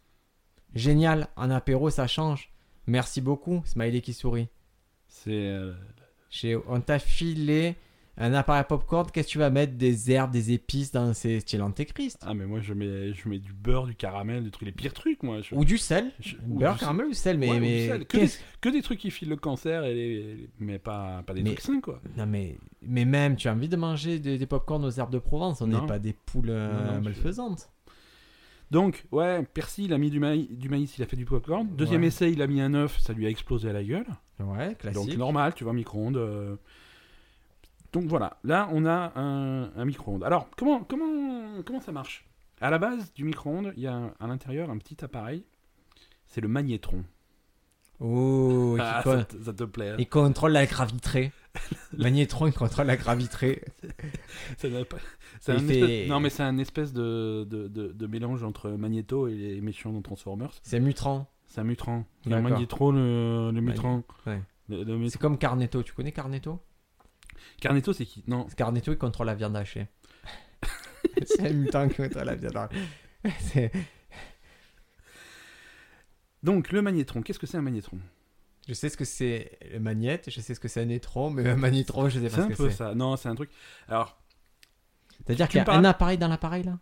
Génial, en apéro ça change. Merci beaucoup, Smiley qui sourit. C'est euh, J'ai- On t'a filé un appareil à popcorn, qu'est-ce que tu vas mettre Des herbes, des épices dans ces C'est l'antéchrist. ah mais moi je mets je mets du beurre, du caramel, des trucs les pires trucs moi. Je- Ou du sel je- ou Beurre, hein. du- caramel ou sel, mais, Ouais, ou du mais sel. Que, des, qu'est-ce que des trucs qui filent le cancer et les- les- mais pas pas des Mais- trucs sains quoi. Non mais, mais même, tu as envie de manger des, des pop-corn aux herbes de Provence, on Non. n'est pas des poules euh, Non, non, je- malfaisantes. Donc ouais, Percy il a mis du maïs, du maïs, il a fait du popcorn. Deuxième Ouais. essai, il a mis un œuf, ça lui a explosé à la gueule. Ouais, classique. Donc normal, tu vois, micro-ondes. euh. Donc voilà, là on a un, un micro-ondes. Alors comment, comment, comment ça marche À la base du micro-ondes, il y a un- à l'intérieur un petit appareil, c'est le magnétron. Oh, il, Ah, con- ça, te- ça te plaît, hein. il contrôle la gravitrée. Magnétron, il contrôle la gravitrée. Ça n'a pas- c'est Il un fait- espèce- Non mais c'est un espèce de, de, de- de mélange entre Magneto et les méchants dans Transformers. C'est Mutran. C'est un mutran. Il y a D'accord. Magnétron, le, le mutran. ouais. Le- le mut- C'est comme Carnetto, tu connais Carnetto Carnetto c'est qui Non, Carnetto, il contrôle la viande hachée. c'est un mutant qui contrôle la viande hachée. C'est- Donc, le magnétron, qu'est-ce que c'est un magnétron Je sais ce que c'est le magnète, je sais ce que c'est un étron, mais un magnétron, je sais C'est pas un ce que peu c'est. ça. Non, c'est un truc. Alors, C'est-à-dire Tu qu'il y a me parles- un appareil dans l'appareil là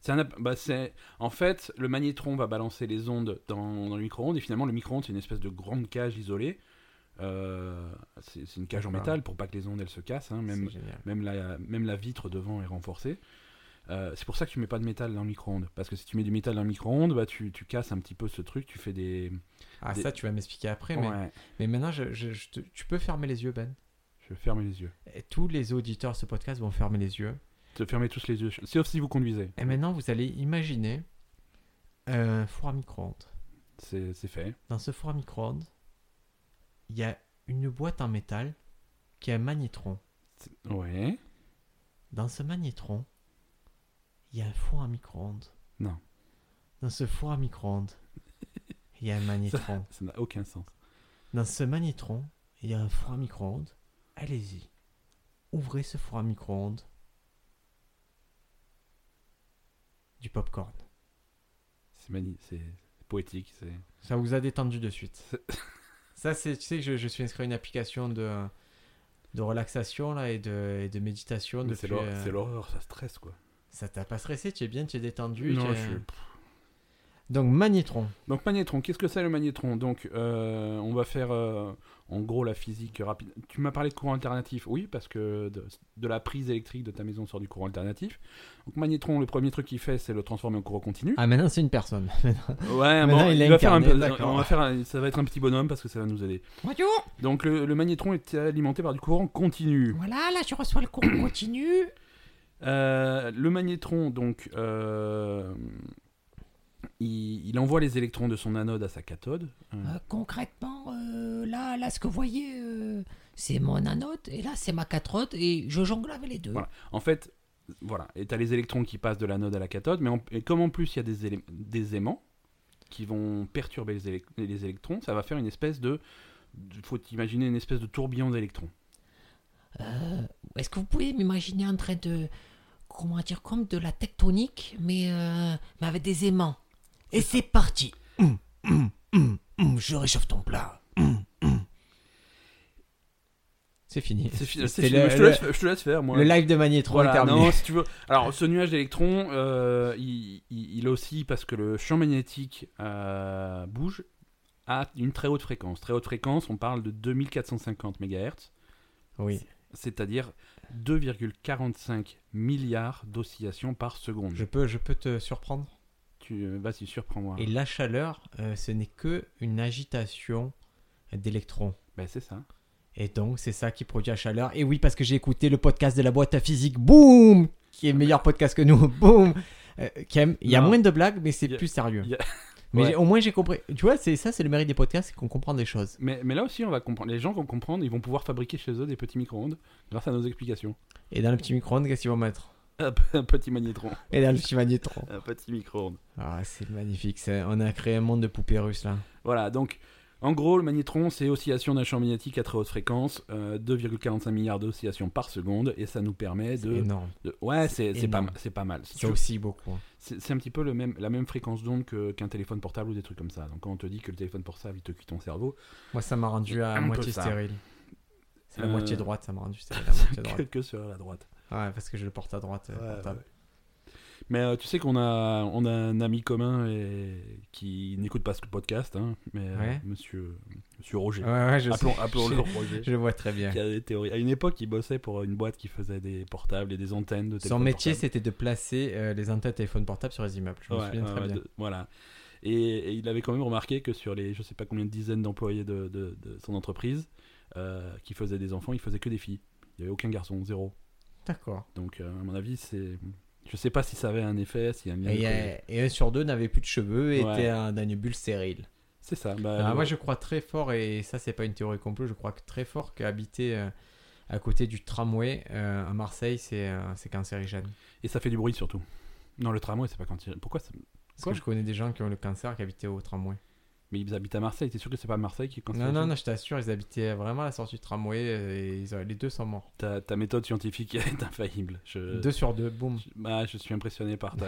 c'est un. app- Bah, c'est... En fait, le magnétron va balancer les ondes dans, dans le micro-ondes, et finalement, le micro-ondes, c'est une espèce de grande cage isolée. Euh, c'est, c'est une cage en D'accord. métal pour pas que les ondes elles se cassent. hein, même, Ah. C'est génial. même, la, même la vitre devant est renforcée. Euh, c'est pour ça que tu mets pas de métal dans le micro-ondes. Parce que si tu mets du métal dans le micro-ondes, bah, tu, tu casses un petit peu ce truc, tu fais des. Ah, Des- ça, tu vas m'expliquer après, mais. Ouais, Mais maintenant, je, je- je te- tu peux fermer les yeux, Ben. je vais fermer les yeux. Et tous les auditeurs de ce podcast vont fermer les yeux. Te fermez tous les yeux, sauf si vous conduisez. Et maintenant, vous allez imaginer un four à micro-ondes. C'est, c'est fait. Dans ce four à micro-ondes, il y a une boîte en métal qui a un magnétron. C'est- Ouais. Dans ce magnétron, il y a un four à micro-ondes. Non. Dans ce four à micro-ondes, il y a un magnétron. Ça n'a aucun sens. Dans ce magnétron, il y a un four à micro-ondes. Allez-y. Ouvrez ce four à micro-ondes. Du popcorn. C'est magnifique, c'est c'est poétique. C'est... Ça vous a détendu de suite. C'est- Ça, c'est, tu sais que je, je suis inscrit à une application de, de relaxation là, et, de, et de méditation. Mais depuis, c'est, l'hor- euh, c'est l'horreur, ça stresse quoi. Ça t'a pas stressé, tu es bien, tu es détendu. Non, tu es- je suis- Donc, magnétron. Donc magnétron, qu'est-ce que c'est le magnétron Donc euh, on va faire euh, en gros la physique rapide. Tu m'as parlé de courant alternatif, oui, parce que de, de la prise électrique de ta maison sort du courant alternatif. Donc magnétron, le premier truc qu'il fait, c'est le transformer en courant continu. Ah, maintenant, c'est une personne. ouais, maintenant, bon, il a va faire un incarné, peu- d'accord. on va faire un- ça va être un petit bonhomme parce que ça va nous aider. Bonjour, Donc le, le magnétron est alimenté par du courant continu. voilà, là, je reçois le cours continu. Euh, le magnétron, donc, euh, il, il envoie les électrons de son anode à sa cathode. Euh, Euh, concrètement, euh, là, là, ce que vous voyez, euh, c'est mon anode, et là, c'est ma cathode, et je jongle avec les deux. Voilà. En fait, voilà, et t'as les électrons qui passent de l'anode à la cathode, mais en- et comme en plus il y a des, élé- des aimants qui vont perturber les, élec- les électrons, ça va faire une espèce de... de- Faut imaginer une espèce de tourbillon d'électrons. Euh, Est-ce que vous pouvez m'imaginer en train de, comment dire, comme de la tectonique, mais, euh, mais avec des aimants Et c'est parti Hum, hum, hum, hum, Je réchauffe ton plat. C'est fini. C'est fini, c'est C'était fini. le- Je, te le- laisse, je te laisse faire, moi. Le live de Magnétron est Voilà, terminé. non, si tu veux. Alors, ce nuage d'électrons, euh, il, il- il oscille parce que le champ magnétique euh, bouge à une très haute fréquence. Très haute fréquence, on parle de 2450 MHz, Oui, c'est-à-dire 2,45 milliards d'oscillations par seconde. je peux, je peux te surprendre. Tu, euh, vas-y, surprends-moi. Et la chaleur, euh, ce n'est que une agitation d'électrons. Ben, c'est ça. Et donc, c'est ça qui produit la chaleur. Et oui, parce que j'ai écouté le podcast de la boîte à physique, boum, qui est le meilleur podcast que nous, boum. Euh, qui aime- Il y a Non. moins de blagues, mais c'est Il y a- plus sérieux. il y a- Mais Ouais. j'ai- au moins, j'ai compris. Tu vois, c'est ça, c'est le mérite des podcasts, c'est qu'on comprend des choses. Mais, mais là aussi, on va comprendre. Les gens vont comprendre, ils vont pouvoir fabriquer chez eux des petits micro-ondes grâce à nos explications. Et dans le petit micro-ondes, qu'est-ce qu'ils vont mettre Un p- un petit magnétron. Et dans le petit magnétron. Un petit micro-ondes. Ah, c'est magnifique. c'est- On a créé un monde de poupées russes là. Voilà, donc En gros, le magnétron, c'est oscillation d'un champ magnétique à très haute fréquence, euh, 2,45 milliards d'oscillations par seconde, et ça nous permet C'est de. énorme. de- Ouais, c'est C'est c'est pas, énorme. ma- c'est pas mal. Si Ça tu- aussi beaucoup. hein. C'est c'est un petit peu le même, la même fréquence d'onde que- qu'un téléphone portable ou des trucs comme ça. Donc quand on te dit que le téléphone portable, il te cuit ton cerveau, Moi, ça m'a rendu à Un peu moitié ça. stérile. C'est la Euh, moitié droite, ça m'a rendu stérile. La moitié droite. que, que sur la droite. Ouais, parce que je le porte à droite. euh, Ouais, portable. Mais euh, tu sais qu'on a, on a un ami commun et, qui n'écoute pas ce podcast, hein, mais euh, Ouais. monsieur, monsieur Roger. Ouais, ouais, je, sais. Appelons- Appelons-le Roger. je vois très bien. qui a des théories. À une époque, il bossait pour une boîte qui faisait des portables et des antennes de Son téléphone métier, portable. c'était de placer euh, les antennes de téléphone portable sur les immeubles. Je me Ouais, souviens ouais, très ouais, bien. de- voilà. Et, et il avait quand même remarqué que sur les je sais pas combien de dizaines d'employés de, de- de son entreprise euh, qui faisaient des enfants, il faisait que des filles. Il n'y avait aucun garçon, zéro. D'accord. Donc euh, à mon avis, c'est je sais pas si ça avait un effet, s'il y a un lien de Et, cause. euh, et un sur deux n'avait plus de cheveux et Ouais. était un- dans une bulle stérile. C'est ça. bah, Ah, le- Moi, je crois très fort, et ça, c'est pas une théorie complot, je crois que très fort qu'habiter euh, à côté du tramway euh, à Marseille, c'est euh, c'est cancérigène. Et ça fait du bruit surtout. Non, le tramway, c'est pas quand il... Pourquoi ça- Parce Quoi que je connais des gens qui ont le cancer qui habitaient au tramway. Mais ils habitent à Marseille, t'es sûr que c'est pas Marseille qui est Non, non, cancérigène non, je t'assure, ils habitaient vraiment à la sortie du tramway et ils ont- les deux sont morts. Ta, ta méthode scientifique est infaillible. Je... Deux sur deux, boum. Je- Bah, je suis impressionné par ta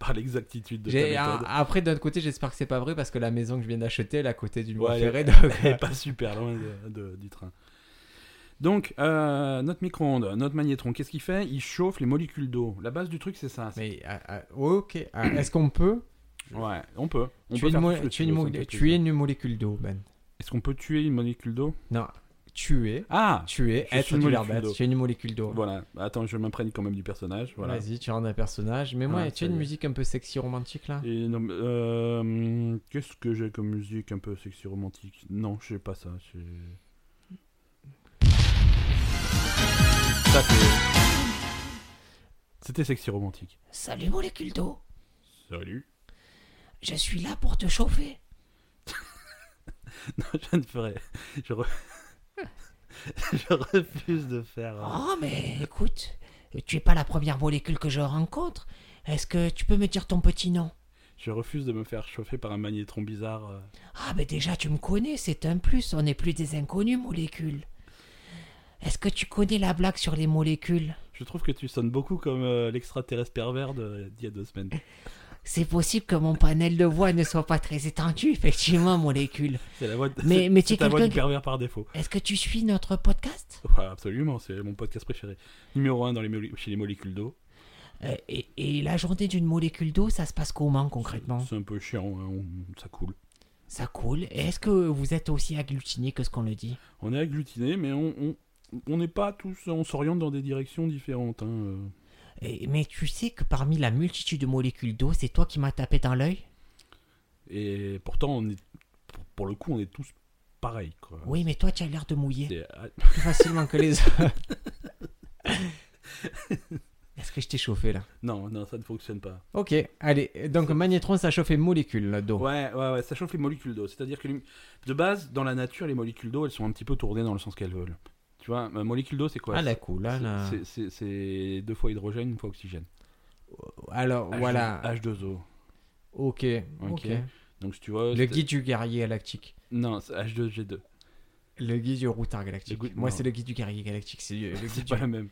par l'exactitude de ta J'ai- méthode. ah, Après, d'un autre côté, j'espère que c'est pas vrai parce que la maison que je viens d'acheter, elle est à côté d'une voie Ouais, elle ferrée. est- donc, Elle est pas super loin de- de- du train. Donc, euh, notre micro-ondes, notre magnétron, qu'est-ce qu'il fait Il chauffe les molécules d'eau. La base du truc, c'est ça. c'est- Mais ah, ah, ok, Ah, est-ce qu'on peut Ouais, on peut. On peut tuer une, faire mo- tout ce que tuer tu une veux, mo- ça me fait tuer plaisir. une molécule d'eau, Ben Est-ce qu'on peut tuer une molécule d'eau Non, tuer, Ah tuer, je suis être une du molécule verbe, d'eau. tuer une molécule d'eau. Voilà. Attends, je m'imprègne quand même du personnage. Voilà. Vas-y, tu rentres un personnage. Mais moi, Ouais, tu ça as y une est. musique un peu sexy romantique là Et non, mais, euh, Qu'est-ce que j'ai comme musique un peu sexy romantique Non, je sais pas ça. c'est- Ça, c'est- C'était sexy romantique. Salut molécule d'eau, Salut. je suis là pour te chauffer. Non, je ne ferai. Je, re- je refuse de faire. euh, Oh mais écoute, tu es pas la première molécule que je rencontre. Est-ce que tu peux me dire ton petit nom Je refuse de me faire chauffer par un magnétron bizarre. euh. Ah ben déjà tu me connais, c'est un plus, on n'est plus des inconnus molécules. Est-ce que tu connais la blague sur les molécules Je trouve que tu sonnes beaucoup comme euh, l'extraterrestre pervers de- d'il y a deux semaines. C'est possible que mon panel de voix ne soit pas très étendu, effectivement, molécule. C'est la voix. De... Mais- mais c'est- tu c'est es ta voix quelqu'un du qui- pervers par défaut. Est-ce que tu suis notre podcast Ouais, absolument, c'est mon podcast préféré. Numéro 1 dans les moli- chez les molécules d'eau. Euh, et, et la journée d'une molécule d'eau, ça se passe comment concrètement C'est un peu chiant, hein, on- ça coule. Ça coule. Et Est-ce que vous êtes aussi agglutiné que ce qu'on le dit On est agglutiné, mais on on- on n'est pas tous, on s'oriente dans des directions différentes. hein, euh. Et- Mais tu sais que parmi la multitude de molécules d'eau, c'est toi qui m'as tapé dans l'œil Et pourtant, on est, pour, pour le coup, on est tous pareils. Quoi. Oui, mais toi, tu as l'air de mouiller C'est- ah, Plus facilement que les autres. est-ce que je t'ai chauffé là non, non, ça ne fonctionne pas. Ok, allez, donc magnétron, ça chauffe les molécules là, d'eau. Ouais, ouais, ouais, ça chauffe les molécules d'eau. C'est-à-dire que les- de base, dans la nature, les molécules d'eau, elles sont un petit peu tournées dans le sens qu'elles veulent. Tu vois, ma molécule d'eau, c'est quoi ah, la cool, là, C'est- là. c'est- c'est- C'est deux fois hydrogène, une fois oxygène. Alors, voilà. H- H2O. Ok, ok. Ok. Donc, si tu vois. Le c'est- guide du guerrier galactique. Non, c'est H2G2. Le guide du routard galactique. Le guide- Moi, non. c'est le guide du guerrier galactique. C'est le le guide C'est du... pas la même.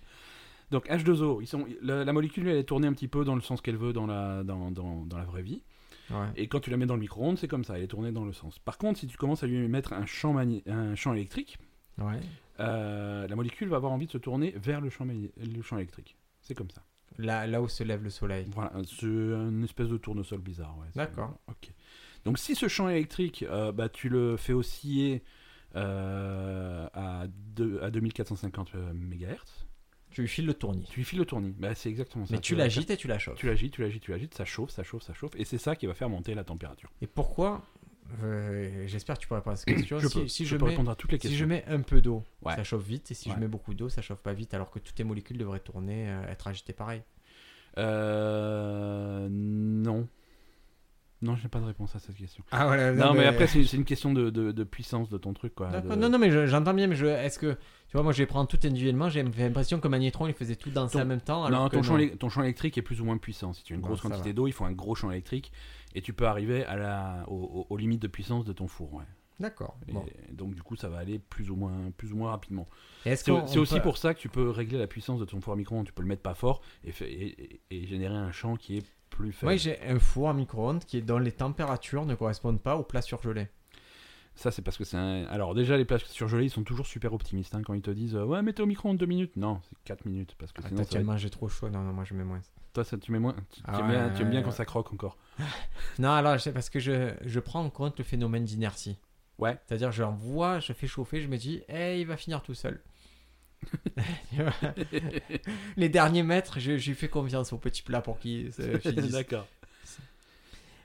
Donc H2O, ils sont, la, la molécule elle est tournée un petit peu dans le sens qu'elle veut dans la, dans, dans- dans la vraie vie. Ouais. Et quand tu la mets dans le micro-ondes, c'est comme ça, elle est tournée dans le sens. Par contre, si tu commences à lui mettre un champ, magné- un champ électrique, ouais. euh, la molécule va avoir envie de se tourner vers le champ, magné- le champ électrique. C'est comme ça. Là, là où se lève le soleil. Voilà, c'est une espèce de tournesol bizarre. ouais. C'est- D'accord. Ok. Donc si ce champ électrique, euh, bah, tu le fais osciller euh, à, deux- à 2450 MHz, Tu lui files le tournis. Tu lui files le tournis. Bah, c'est exactement ça. Mais tu vas- l'agites et tu la chauffes. Tu l'agites, tu l'agites, tu l'agites, ça chauffe, ça chauffe, ça chauffe. Et c'est ça qui va faire monter la température. Et pourquoi euh, J'espère que tu pourras répondre à cette question. je si, peux, si je je peux mets, répondre à toutes les si questions. je mets un peu d'eau, Ouais. ça chauffe vite. Et si je Ouais. mets beaucoup d'eau, ça chauffe pas vite. Alors que toutes les molécules devraient tourner, euh, être agitées pareil. Euh, non. Non, j'ai pas de réponse à cette question. Ah voilà. Non, mais, après, c'est c'est une question de, de- de puissance de ton truc, quoi. D'accord. de- Non, non, mais je- j'entends bien, mais je, est-ce que, tu vois, moi je les prends tout individuellement, j'ai j'ai l'impression que Magnétron il faisait tout danser Ton- en même temps. Alors Non, que ton champ, élec- ton champ électrique est plus ou moins puissant. Si tu as une Bon, grosse ça quantité va. d'eau, il faut un gros champ électrique. Et tu peux arriver à la, au- au- aux, limites de puissance de ton four. ouais. D'accord. Et Bon. donc du coup, ça va aller plus ou moins, plus ou moins rapidement. Et est-ce C'est qu'on- c'est on aussi peut- pour ça que tu peux régler la puissance de ton four à micro-ondes. Tu peux le mettre pas fort et, fait- et- et- et générer un champ qui est plus faible. Moi, j'ai un four à micro-ondes qui est dont les températures ne correspondent pas aux plats surgelés. Ah, Ça, c'est parce que c'est un. Alors, déjà, les plages surgelées, ils sont toujours super optimistes hein, quand ils te disent euh, Ouais, mettez au micro-ondes 2 minutes. Non, c'est 4 minutes. Parce que Ah, sinon, toi, ça va tu être- manges trop chaud. Non, non, moi, je mets moins. toi, ça, tu mets moins. Tu, tu Ah aimes bien, ouais, tu aimes bien ouais. quand ça croque encore. Non, là, c'est parce que je, je prends en compte le phénomène d'inertie. Ouais. C'est-à-dire, je l'envoie, je fais chauffer, je me dis, eh, il va finir tout seul. Tu vois Les derniers mètres, je, je lui fais confiance au petit plat pour qu'il se finisse. D'accord.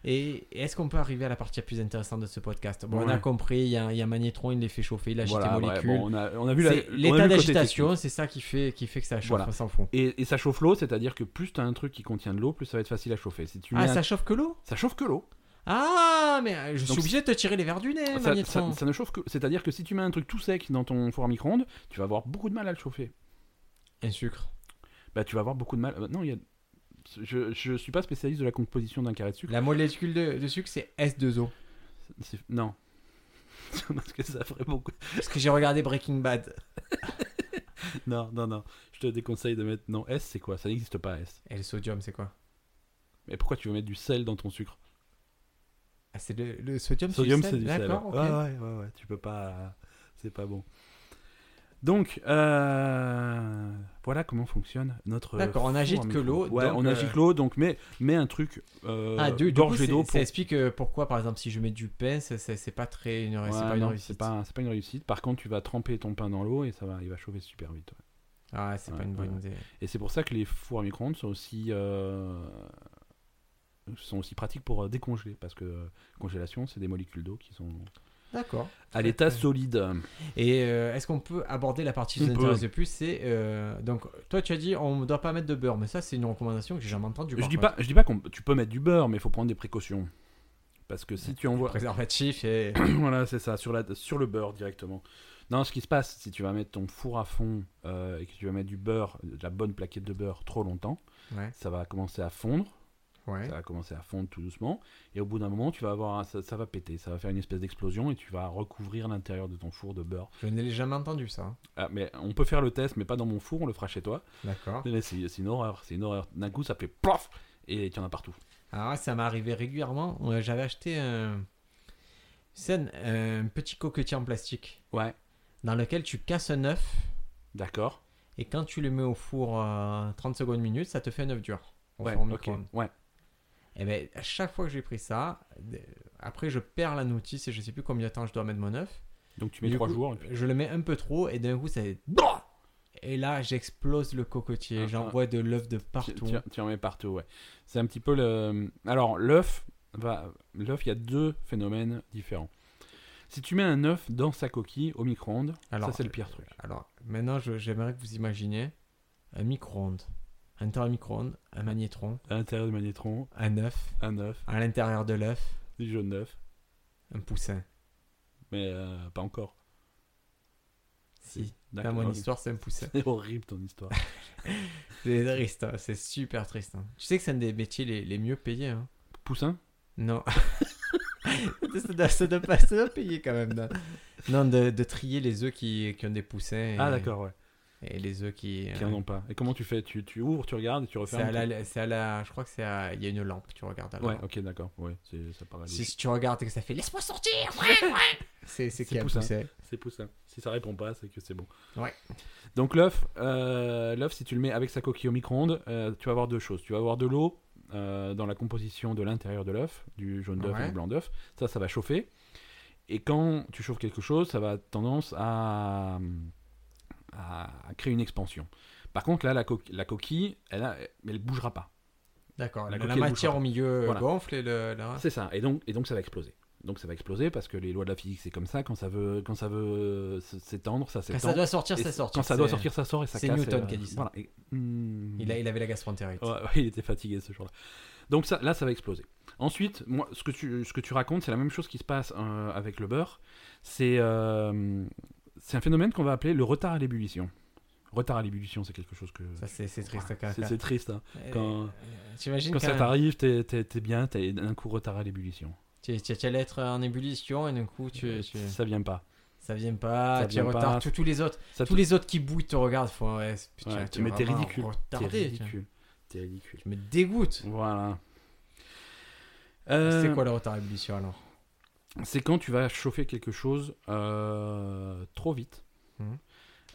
Et et est-ce qu'on peut arriver à la partie la plus intéressante de ce podcast Bon, on a Ouais. compris, il y a, un- il y a un magnétron, il les fait chauffer, il agite Voilà, les ouais, molécules. bon, on, a, on a vu la- C'est on a vu le L'état côté d'agitation, technique. c'est ça qui fait, qui fait que ça chauffe, Voilà. on s'en fout. Et, et ça chauffe l'eau, c'est-à-dire que plus tu as un truc qui contient de l'eau, plus ça va être facile à chauffer. Si tu mets Ah, un- ça chauffe que l'eau ça chauffe que l'eau. Ah, mais euh, je suis Donc, Ah, obligé de te tirer les verres du nez, Ça, magnétron. ça- ça ne chauffe que. C'est-à-dire que si tu mets un truc tout sec dans ton four à micro-ondes, tu vas avoir beaucoup de mal à le chauffer. Un sucre. Bah, tu vas avoir beaucoup de mal. euh, Non, il y a. Je, je suis pas spécialiste de la composition d'un carré de sucre. La molécule de, de sucre, c'est S2O. C'est- Non. Parce que ça ferait beaucoup. Parce que j'ai regardé Breaking Bad. Non, non, non. Je te déconseille de mettre. Non, S, c'est quoi Ça n'existe pas, S. Et le sodium, c'est quoi Mais pourquoi tu veux mettre du sel dans ton sucre ah, c'est le, le sodium, Sodium, sel c'est du sel. D'accord, ok. ouais, ouais, ouais. Tu peux pas. C'est pas bon. Donc, euh, voilà comment fonctionne notre. D'accord, on four agite à que micro-ondes. l'eau, Ouais, donc, on euh, agite l'eau, donc mets, mets un truc euh, Ah, du, du coup, gorgée c'est- d'eau ça pour explique euh, pourquoi, par exemple, si je mets du pain, c'est- c'est c'est pas très une, c'est Ouais, pas une non, réussite. C'est pas, c'est pas une réussite. Par contre, tu vas tremper ton pain dans l'eau et ça va, il va chauffer super vite. ouais. Ah, c'est pas Ouais, une bonne ouais. idée. Et c'est pour ça que les fours à micro-ondes sont aussi, euh, sont aussi pratiques pour euh, décongeler. Parce que euh, congélation, c'est des molécules d'eau qui sont D'accord. à l'état solide. Et euh, est-ce qu'on peut aborder la partie qui On nous peut. intéresse le plus C'est euh, donc toi, tu as dit on ne doit pas mettre de beurre, mais ça, c'est une recommandation que j'ai jamais entendue. Je par dis, contre. pas, je dis pas que tu peux mettre du beurre, mais il faut prendre des précautions. Parce que si tu envoies. préservatif et voilà, c'est ça, sur, la, sur le beurre directement. Non, ce qui se passe, si tu vas mettre ton four à fond euh, et que tu vas mettre du beurre, de la bonne plaquette de beurre, trop longtemps, ouais, ça va commencer à fondre. ouais. Ça va commencer à fondre tout doucement. Et au bout d'un moment, tu vas avoir un- ça, ça va péter. Ça va faire une espèce d'explosion et tu vas recouvrir l'intérieur de ton four de beurre. Je ne l'ai jamais entendu ça. Ah, mais on peut faire le test, mais pas dans mon four, on le fera chez toi. D'accord. Mais C'est c'est une horreur. C'est une horreur. D'un coup, ça fait plof et tu en as partout. Alors Ah ouais, ça m'est arrivé régulièrement. Euh, J'avais acheté un, c'est un, un petit coquetier en plastique Ouais, dans lequel tu casses un œuf d'accord. et quand tu le mets au four euh, 30 secondes minutes, ça te fait un œuf dur. au Ouais, four au ok. micro-ondes. Ouais. Et ben à chaque fois que j'ai pris ça, euh, après je perds la notice et je sais plus combien de temps je dois mettre mon œuf. Donc tu mets Du trois coup, jours. et puis- Je le mets un peu trop et d'un coup ça fait- et là j'explose le cocotier, Ah, j'envoie de l'œuf de partout. Tu, tu- tu en mets partout, ouais. C'est un petit peu le. Alors, l'œuf, va... l'œuf, il y a deux phénomènes différents. Si tu mets un œuf dans sa coquille au micro-ondes, ça Alors, c'est le pire truc. Alors maintenant je- j'aimerais que vous imaginiez un micro-ondes, un temps à micro-ondes, un magnétron, À l'intérieur du magnétron, un œuf, un œuf, à l'intérieur de l'œuf, du jaune d'œuf, un poussin. mais euh, pas encore. Si, là D'accord. mon histoire c'est un poussin. C'est horrible ton histoire. C'est triste, hein, c'est super triste. hein. Tu sais que c'est un des métiers les, les mieux payés. hein. Poussin Non. ça, doit, ça doit pas, ça doit payer quand même. Non, Non, de, de trier les œufs qui, qui ont des poussins. Et, Ah, d'accord, ouais. Et les œufs qui. Qui euh, en ont pas. Et comment tu fais tu, tu ouvres, tu regardes et tu c'est à refermes la, c'est à la- Je crois que c'est à. Il y a une lampe, tu regardes à ton- la Ouais, lampe. ok, d'accord. Ouais, c'est- ça paraît Si, logique. si tu regardes et que ça fait laisse-moi sortir, c'est c'est C'est hein. qui a poussin. poussé. C'est poussin. Si ça répond pas, c'est que c'est bon. Ouais. Donc l'œuf, euh, l'œuf, si tu le mets avec sa coquille au micro-ondes, euh, tu vas avoir deux choses. Tu vas avoir de l'eau euh, dans la composition de l'intérieur de l'œuf, du jaune d'œuf et Ouais. du blanc d'œuf. Ça, ça va chauffer. Et quand tu chauffes quelque chose, ça va tendance à, à créer une expansion. Par contre, là, la, co- la coquille, elle, a- elle bougera pas. D'accord, La la, la coquille, elle bougera matière pas. au milieu euh, Voilà. gonfle et le. la- C'est ça. Et donc, et donc ça va exploser. Donc ça va exploser parce que les lois de la physique, c'est comme ça. Quand ça veut, quand ça veut s- s'étendre, ça Quand s'étend. ça doit sortir, Et ça sort. Quand ça doit sortir, ça sort et ça c'est casse. Newton et, euh, qui a dit ça. voilà. Et- hmm. Il, a- il avait la gastroentérite. Ouais, ouais, il était fatigué ce jour-là. Donc ça, là, ça va exploser. Ensuite, moi, ce que tu, ce que tu racontes, c'est la même chose qui se passe euh, avec le beurre. C'est euh, c'est un phénomène qu'on va appeler le retard à l'ébullition. Retard à l'ébullition, c'est quelque chose que... Ça, c'est c'est triste quand C'est c'est triste. hein. Euh, Quand, T'imagines quand ça quand- t'arrive, t'es t'es- t'es bien, t'as un coup retard à l'ébullition. Tu, tu- tu allais être en ébullition et d'un coup, tu, tu- Ça vient pas. ça vient pas, Ça tu es vient en pas. retard. Tous, tous les autres, Ça tous les autres qui bouillent te regardent. Font, ouais, c'est- putain, Ouais, t'es mais t'es vraiment ridicule. T'es retardé, tu vois. ridicule. T'es ridicule. Tu me dégoûtes. Voilà. Euh, C'est quoi le retard ébullition alors c'est quand tu vas chauffer quelque chose euh, trop vite Mhm.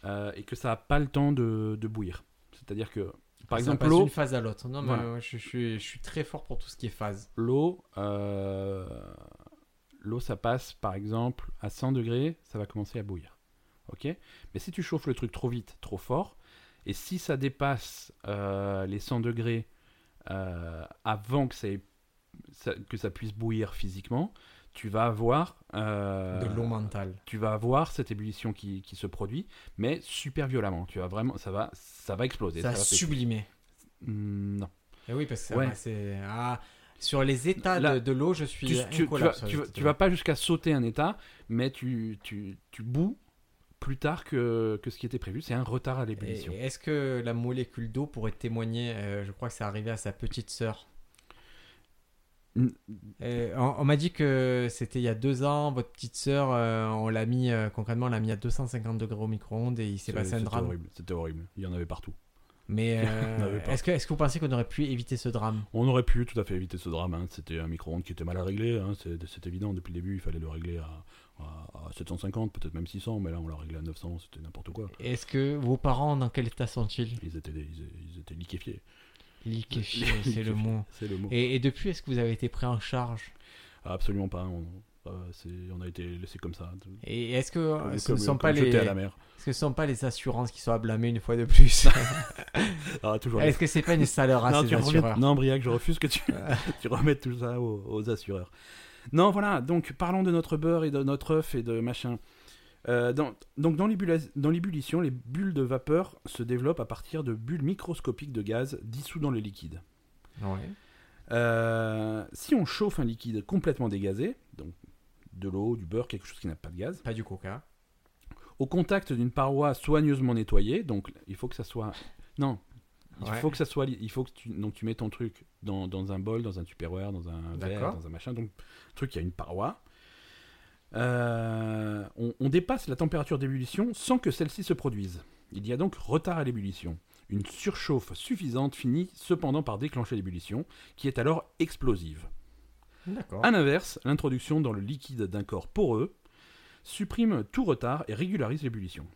euh, et que ça n'a pas le temps de, de bouillir. C'est-à-dire que, par Ça exemple, passe l'eau, d'une phase à l'autre. Non, mais Voilà. moi, je, je suis- je suis très fort pour tout ce qui est phase. l'eau, euh, l'eau, ça passe par exemple à 100 degrés, ça va commencer à bouillir. Ok Mais si tu chauffes le truc trop vite, trop fort, et si ça dépasse euh, les 100 degrés euh, avant que ça, ait- ça- que ça puisse bouillir physiquement, tu vas avoir euh, De l'eau mentale. tu vas avoir cette ébullition qui, qui se produit, mais super violemment. Tu vas vraiment, ça va, ça va exploser. Ça a va péter. sublimé. Hmm, non. Et Eh oui, parce que ça Ouais. va, c'est. ah, sur les états Là, de, de l'eau, je suis. tu, tu- tu vas, incollable sur les tu vas- états de tu l'eau. vas pas jusqu'à sauter un état, mais tu, tu, tu boues plus tard que, que ce qui était prévu. C'est un retard à Et- l'ébullition. et Est-ce que la molécule d'eau pourrait témoigner euh, Je crois que c'est arrivé à sa petite sœur. Mm. Euh, on on m'a dit que c'était il y a deux ans, votre petite sœur, euh, on l'a mis euh, concrètement, on l'a mis à 250 degrés au micro-ondes et il C'est- s'est passé un c'était drame. horrible, C'était horrible. Il y en avait partout. Mais euh, On n'avait pas. est-ce que, est-ce que vous pensez qu'on aurait pu éviter ce drame On aurait pu tout à fait éviter ce drame. hein. C'était un micro-ondes qui était mal à régler. hein. C'est c'est évident. Depuis le début, il fallait le régler à, à- à 750, peut-être même 600, mais là, on l'a réglé à 900. C'était n'importe quoi. Est-ce que vos parents, dans quel état sont-ils Ils étaient, des- ils- ils étaient liquéfiés. Liquéfiés, c'est le mot. C'est le mot. Et, et depuis, est-ce que vous avez été pris en charge Ah, Absolument pas. On, euh, c'est- on a été laissé comme ça. de- Et est-ce que euh, comme- ce ne comme- sont comme pas les, jeté à la mer. est-ce que ce ne sont pas les assurances qui sont à blâmer une fois de plus Ah, toujours. Est-ce que c'est pas une saleur à non, ces tu reviens- assureurs non, Briac, je refuse que tu, tu remettes tout ça aux, aux assureurs. Non, voilà. Donc, parlons de notre beurre et de notre œuf et de machin. Euh, dans, donc, dans l'ébullition- dans l'ébullition, les bulles de vapeur se développent à partir de bulles microscopiques de gaz dissous dans le liquide. Ouais. Euh, si on chauffe un liquide complètement dégazé, donc de l'eau, du beurre, quelque chose qui n'a pas de gaz, Pas du hein. coca. au contact d'une paroi soigneusement nettoyée, donc il faut que ça soit... Non, il Ouais. faut que ça soit... li- Il faut que tu... Donc tu mets ton truc dans, dans un bol, dans un tupperware, dans un verre, D'accord. dans un machin, donc un truc qui a une paroi. Euh, on, on dépasse la température d'ébullition sans que celle-ci se produise. Il y a donc retard à l'ébullition. Une surchauffe suffisante finit cependant par déclencher l'ébullition, qui est alors explosive. D'accord. A l'inverse, l'introduction dans le liquide d'un corps poreux supprime tout retard et régularise l'ébullition.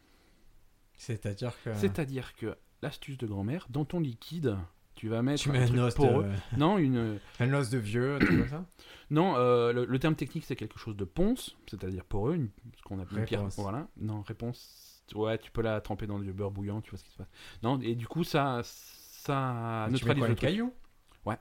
C'est-à-dire que C'est-à-dire que l'astuce de grand-mère, dans ton liquide, tu vas mettre tu mets euh. un truc os, poreux. de... Non, une... un os de vieux, tu vois ça non euh, le, le terme technique c'est quelque chose de ponce, c'est-à-dire poreux, une- ce qu'on appelle une pierre- Réponse. Voilà. Non, réponse. Ouais, tu peux la tremper dans du beurre bouillant, tu vois ce qui se passe. Non, et du coup ça, ça Tu mets neutralise quoi, le le truc. caillou Ouais.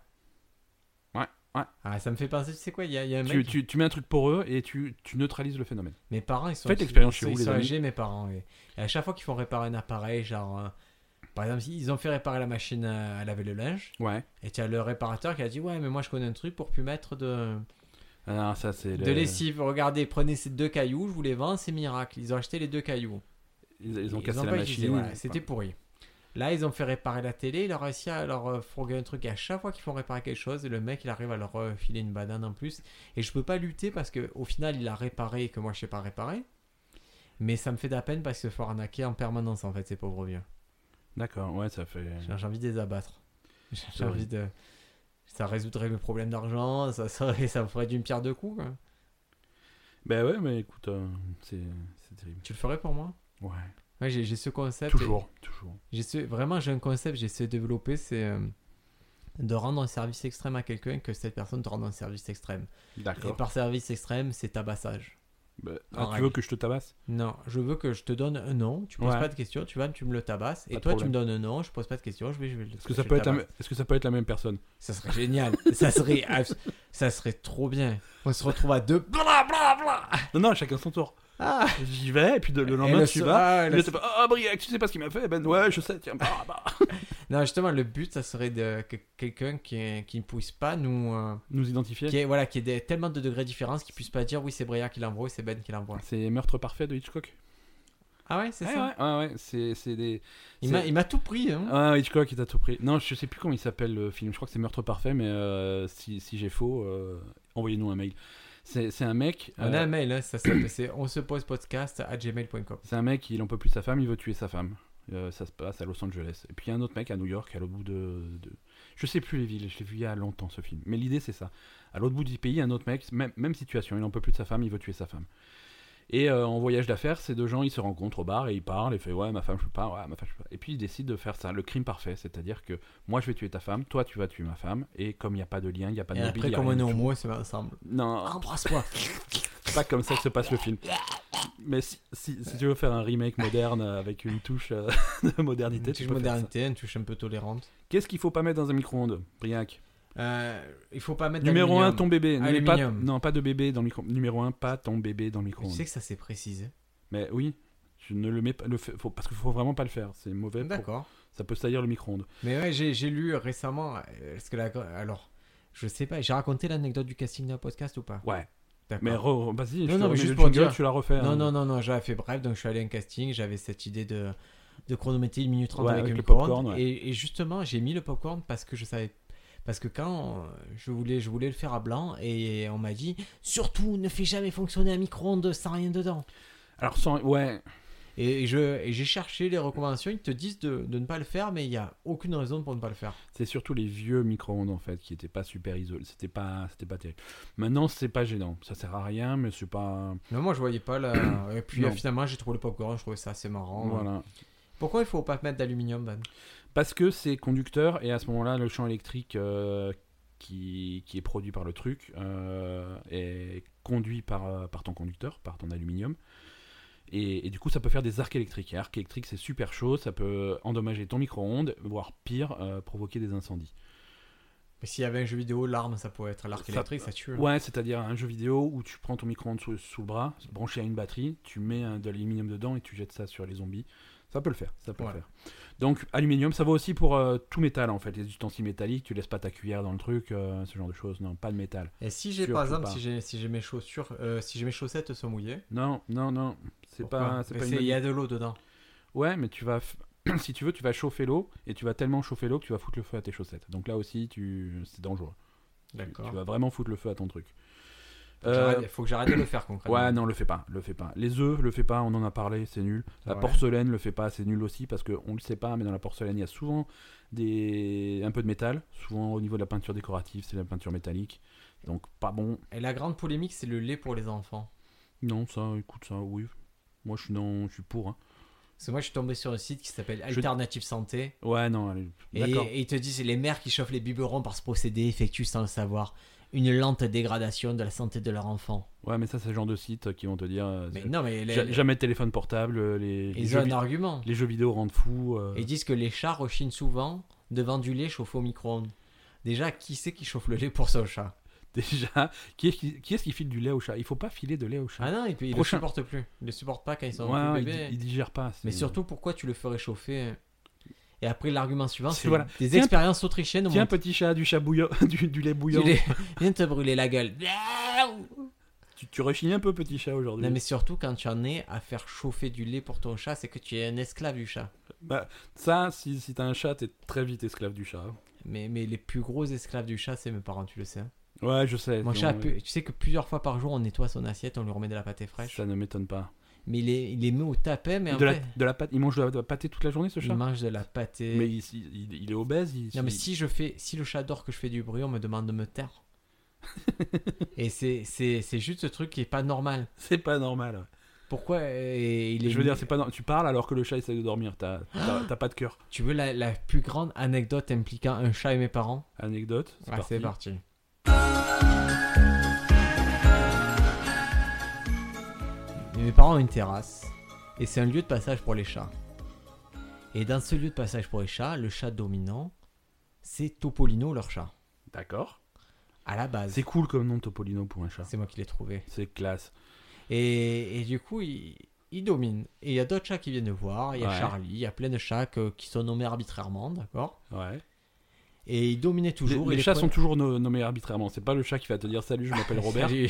Ouais, ouais. Ah, ça me fait penser, tu sais quoi, il y, a- il y a un mec. Tu, tu- tu mets un truc poreux et tu, tu neutralises le phénomène. Mes parents, ils sont. Faites l'expérience ils chez sont- vous, ils les sont amis. âgés, mes parents. Et et à chaque fois qu'ils font réparer un appareil, genre. euh, Par exemple, ils ont fait réparer la machine à à laver le linge, Ouais. et tu as le réparateur qui a dit Ouais, mais moi je connais un truc pour plus mettre de, Ah, ça c'est. de le- lessive. Regardez, prenez ces deux cailloux, je vous les vends, c'est miracle. Ils ont acheté les deux cailloux. Ils, ils ont Ils cassé ont la pas machine. utilisé, voilà, ouais. C'était pourri. Là, ils ont fait réparer la télé, il a réussi à leur euh, fourguer un truc. Et à chaque fois qu'ils font réparer quelque chose, le mec, il arrive à leur euh, filer une banane en plus. Et je peux pas lutter parce que au final, il a réparé et que moi, je sais pas réparer. Mais ça me fait de la peine parce qu'il faut arnaquer en permanence, en fait, ces pauvres vieux. D'accord, ouais, ça fait. J'ai j'ai envie de les abattre. J'ai vrai. envie de... Ça résoudrait mes problèmes d'argent, ça, ça, ça me ferait d'une pierre deux coups. quoi. Ben ouais, mais écoute, euh, c'est c'est terrible. Tu le ferais pour moi Ouais. Ouais, j'ai j'ai ce concept. et- Toujours, toujours. J'essaie- vraiment, j'ai un concept, j'essaie de développer, c'est euh, de rendre un service extrême à quelqu'un que cette personne te rende un service extrême. Et D'accord. par service extrême, c'est tabassage. Ben, en ah, tu règle. veux que je te tabasse Non, je veux que je te donne un nom, tu poses Ouais. pas de questions, tu vas, tu me le tabasses, et Pas de toi, tu me problème. donnes un nom, je pose pas de questions, je vais, je vais le- Est-ce que, je ça le peut être la tabasse. même- est-ce que ça peut être la même personne Ça serait génial, ça serait, abs- ça serait trop bien. On se retrouve à deux. Bla bla bla. Non, non, chacun son tour. Ah. J'y vais, et puis de- le Et lendemain, le tu so- vas. ah, Et le là, t'es pas, Ah, Briac, tu sais pas ce qu'il m'a fait Ben ouais, je sais, tiens. bah, bah. Non, justement, le but, ça serait de que quelqu'un qui est- qui ne puisse pas nous, euh, Nous identifier. qui est voilà, qui est des- tellement de degrés de différence qu'il puisse pas dire oui, c'est Brian qui l'envoie, ou c'est Ben qui l'envoie. C'est Meurtre parfait de Hitchcock Ah ouais, c'est Ouais, ça. ouais, ouais, ouais, c'est c'est des. Il c'est- m'a- Il m'a tout pris. hein. Ah, Hitchcock, il t'a tout pris. Non, je sais plus comment il s'appelle le film. Je crois que c'est Meurtre Parfait, mais euh, si, si j'ai faux, euh, envoyez-nous un mail. C'est c'est un mec. On a euh, un mail, hein, ça s'appelle c'est on se pose podcast à gmail.com. C'est un mec, il en peut plus sa femme, il veut tuer sa femme. Euh, ça se passe à Los Angeles. Et puis il y a un autre mec à New York, à l'autre bout de, de- Je sais plus les villes, je l'ai vu il y a longtemps ce film. Mais l'idée c'est ça. À l'autre bout du pays, un autre mec, même, même situation, il en peut plus de sa femme, il veut tuer sa femme. Et euh, en voyage d'affaires, ces deux gens, ils se rencontrent au bar et ils parlent et fait ouais ma femme je peux pas, ouais ma femme je peux pas. Et puis ils décident de faire ça, le crime parfait, c'est-à-dire que moi je vais tuer ta femme, toi tu vas tuer ma femme, et comme il n'y a pas de lien, il n'y a pas de Et mobile, il après, y a comme rien on est du au tout. moins, ça va ensemble. Non, Embrasse-moi. c'est pas comme ça que se passe le film. Mais si, si- si tu veux faire un remake moderne euh, avec une touche euh, de modernité, Une tu touche peux faire ça. modernité, une touche un peu tolérante. Qu'est-ce qu'il faut pas mettre dans un micro-ondes, Briac Euh, il faut pas mettre Numéro 1, d'aluminium. Ah, ton bébé. Ne mets pas- Aluminium. non, pas de bébé dans le micro Numéro 1, pas ton bébé dans le Tu micro-ondes. sais que ça s'est précisé. Mais oui, je ne le mets pas. Le fais- faut- parce qu'il faut vraiment pas le faire. C'est mauvais. pour- D'accord. ça peut salir le micro-ondes. Mais ouais, j'ai j'ai lu récemment. euh, Parce que la, alors, je sais pas, j'ai raconté l'anecdote du casting d'un podcast ou pas Ouais. D'accord. Mais re- re- vas-y, je non, te mais remets juste le pour jingle, dire- tu la refais. Non, hein. non, non, non, j'avais fait bref, donc je suis allé à un casting, j'avais cette idée de, de chronométrer une minute trente Ouais, avec, avec le le popcorn. popcorn, ouais. et, et justement, j'ai mis le popcorn parce que je savais. Parce que quand euh, je voulais, je voulais le faire à blanc et on m'a dit surtout ne fais jamais fonctionner un micro-ondes sans rien dedans. Alors, sans. Ouais. Et, je et j'ai cherché les recommandations, ils te disent de, de ne pas le faire, mais il n'y a aucune raison pour ne pas le faire. C'est surtout les vieux micro-ondes en fait qui étaient pas super isolés. C'était pas, c'était pas terrible. Maintenant, c'est pas gênant. Ça sert à rien, mais c'est pas. Mais moi je voyais pas la. et puis Non. euh, finalement j'ai trouvé le popcorn, je trouvais ça assez marrant. Voilà. Pourquoi il faut pas mettre d'aluminium, Ben Dan Parce que c'est conducteur et à ce moment-là, le champ électrique euh, qui, qui est produit par le truc euh, est conduit par, euh, par ton conducteur, par ton aluminium. Et, et du coup, ça peut faire des arcs électriques. Et arcs électriques, c'est super chaud. Ça peut endommager ton micro-ondes, voire pire, euh, provoquer des incendies. Mais s'il y avait un jeu vidéo, l'arme ça pourrait être l'arc Ça- électrique, ça tue. hein. Ouais, c'est-à-dire un jeu vidéo où tu prends ton micro-ondes sous, sous le bras, branché à une batterie, tu mets un- de l'aluminium dedans et tu jettes ça sur les zombies. Ça peut le faire, ça peut Ouais. le faire. Donc aluminium, ça vaut aussi pour euh, tout métal en fait, les ustensiles métalliques, tu laisses pas ta cuillère dans le truc, euh, ce genre de choses, non, pas de métal. Et si j'ai Sûr, par faut exemple, pas. si j'ai si j'ai mes chaussures, euh, si j'ai mes chaussettes sont mouillées, Non, non, non, c'est pourquoi pas, c'est Mais pas une c'est- bonne il y a de l'eau dedans. Ouais, mais tu vas. f- si tu veux, tu vas chauffer l'eau et tu vas tellement chauffer l'eau que tu vas foutre le feu à tes chaussettes. Donc là aussi, tu... c'est dangereux. Tu- D'accord. Tu vas vraiment foutre le feu à ton truc. Faut que j'arrête- faut que j'arrête de le faire concrètement. Euh, Ouais, non, le fais pas, le fais pas. Les œufs, le fais pas, on en a parlé, c'est nul. C'est La vrai. porcelaine, le fais pas, c'est nul aussi parce que on le sait pas, mais dans la porcelaine, il y a souvent des un peu de métal, souvent au niveau de la peinture décorative, c'est la peinture métallique. Donc pas bon. Et la grande polémique, c'est le lait pour les enfants. Non, ça, écoute ça, oui. Moi, je suis non, je suis pour. hein. Parce que moi, je suis tombé sur un site qui s'appelle Je- Alternative Santé. Ouais, non, allez, Et, d'accord. et ils te disent les mères qui chauffent les biberons par ce procédé effectuent sans le savoir une lente dégradation de la santé de leur enfant. Ouais, mais ça, c'est le genre de site qui vont te dire. euh, Mais c'est- non, mais les- ja- Jamais de téléphone portable, euh, les, les ils ont jeux, un vi- argument. les jeux vidéo rendent fou. euh, Ils disent que les chats rechignent souvent devant du lait chauffé au micro-ondes. Déjà, qui c'est qui chauffe le lait pour son chat Déjà, qui est-ce qui, qui est-ce qui file du lait au chat Il faut pas filer de lait au chat. Ah non, et puis ils ne le Prochain. supportent plus. Ils ne le supportent pas quand ils sont Ouais, plus il, bébés. di- il euh, digère pas. Mais c'est- surtout, pourquoi tu le ferais chauffer hein? Et après, l'argument suivant, C'est- c'est voilà. des Tiens, expériences autrichiennes. au Tiens, monde. petit chat, du, chat bouillant, du, du lait Tu bouillant. les- Viens te brûler la gueule. Tu, tu rechignes un peu, petit chat, aujourd'hui. Non, mais surtout, quand tu en es à faire chauffer du lait pour ton chat, c'est que tu es un esclave du chat. Bah, ça, si, si t'as un chat, t'es très vite esclave du chat. Mais, mais les plus gros esclaves du chat, c'est mes parents, tu le sais. hein. Ouais, je sais. Mon non, chat, a mais pu- tu sais que plusieurs fois par jour, on nettoie son assiette, on lui remet de la pâté fraîche. Ça ne m'étonne pas. Mais il les, il les met au tapet, mais De, après, la, de la pâte, il mange de la, de la pâtée toute la journée, ce il chat mange de la pâté. Mais il, il- il est obèse. Il, Non, mais il- si je fais, si le chat dort que je fais du bruit, on me demande de me taire. Et c'est, c'est, c'est juste ce truc qui est pas normal. C'est pas normal. Pourquoi euh, il est Je veux dire, c'est pas normal. Tu parles alors que le chat essaie de dormir. T'as t'as- t'as pas de cœur. Tu veux la, la plus grande anecdote impliquant un chat et mes parents Anecdote. C'est Ah, parti. c'est parti. Et Mes parents ont une terrasse et c'est un lieu de passage pour les chats. Et dans ce lieu de passage pour les chats, le chat dominant, c'est Topolino, leur chat. D'accord. À la base, C'est cool comme nom Topolino pour un chat. c'est moi qui l'ai trouvé. C'est classe. Et, et du coup, il, il domine. Et il y a d'autres chats qui viennent le voir. Il y a Ouais. Charlie, il y a plein de chats que- qui sont nommés arbitrairement, d'accord Ouais. Et il dominait toujours. les, et les chats points- sont toujours no- nommés arbitrairement. C'est pas le chat qui va te dire salut, je m'appelle Robert. Salut.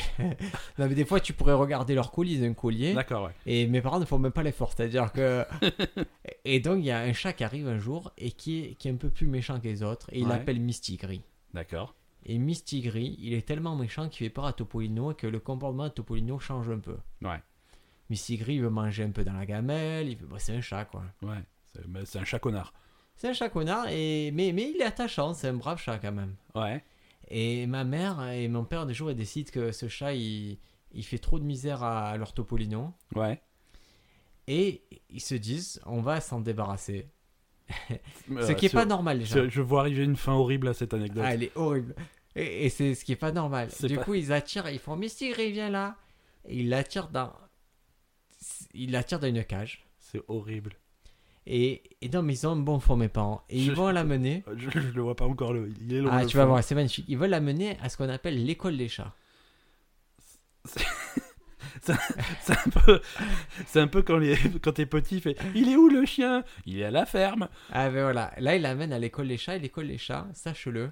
non, mais des fois, tu pourrais regarder leur colis d'un collier. D'accord, ouais. Et mes parents ne font même pas l'effort. C'est-à-dire que. et donc, il y a un chat qui arrive un jour et qui est, qui est un peu plus méchant que les autres. Et il Ouais. l'appelle Misty Gris. D'accord. Et Misty Gris, il est tellement méchant qu'il fait peur à Topolino que le comportement de Topolino change un peu. Ouais. Misty Gris, il veut manger un peu dans la gamelle. Il veut... bon, c'est un chat, quoi. Ouais. C'est mais c'est un chat connard. C'est un chat connard, et... mais, mais il est attachant. C'est un brave chat, quand même. Ouais. Et ma mère et mon père, des jours, ils décident que ce chat, il, il fait trop de misère à leur Topolino. Ouais. Et ils se disent, on va s'en débarrasser. ce Euh, qui est ce- pas normal déjà. ce- Je vois arriver une fin horrible à cette anecdote. Ah, elle est horrible. Et, et c'est ce qui est pas normal. C'est Du pas- coup, ils attirent, ils font Mystique, viens là. Et ils l'attirent dans. Ils l'attirent dans une cage. C'est horrible. Et, et non, mais ils ont un bon fond, mes parents. Et Je- ils vont l'amener. Euh, Je, je le vois pas encore. Le... Il est loin. Ah, le tu vas fond. voir, c'est magnifique. Ils veulent l'amener à ce qu'on appelle l'école des chats. C'est un peu, c'est un peu quand, les, quand t'es petit, il fait Il est où le chien Il est à la ferme. Ah, ben voilà. Là, ils l'amènent à l'école des chats. Et l'école des chats, sache-le,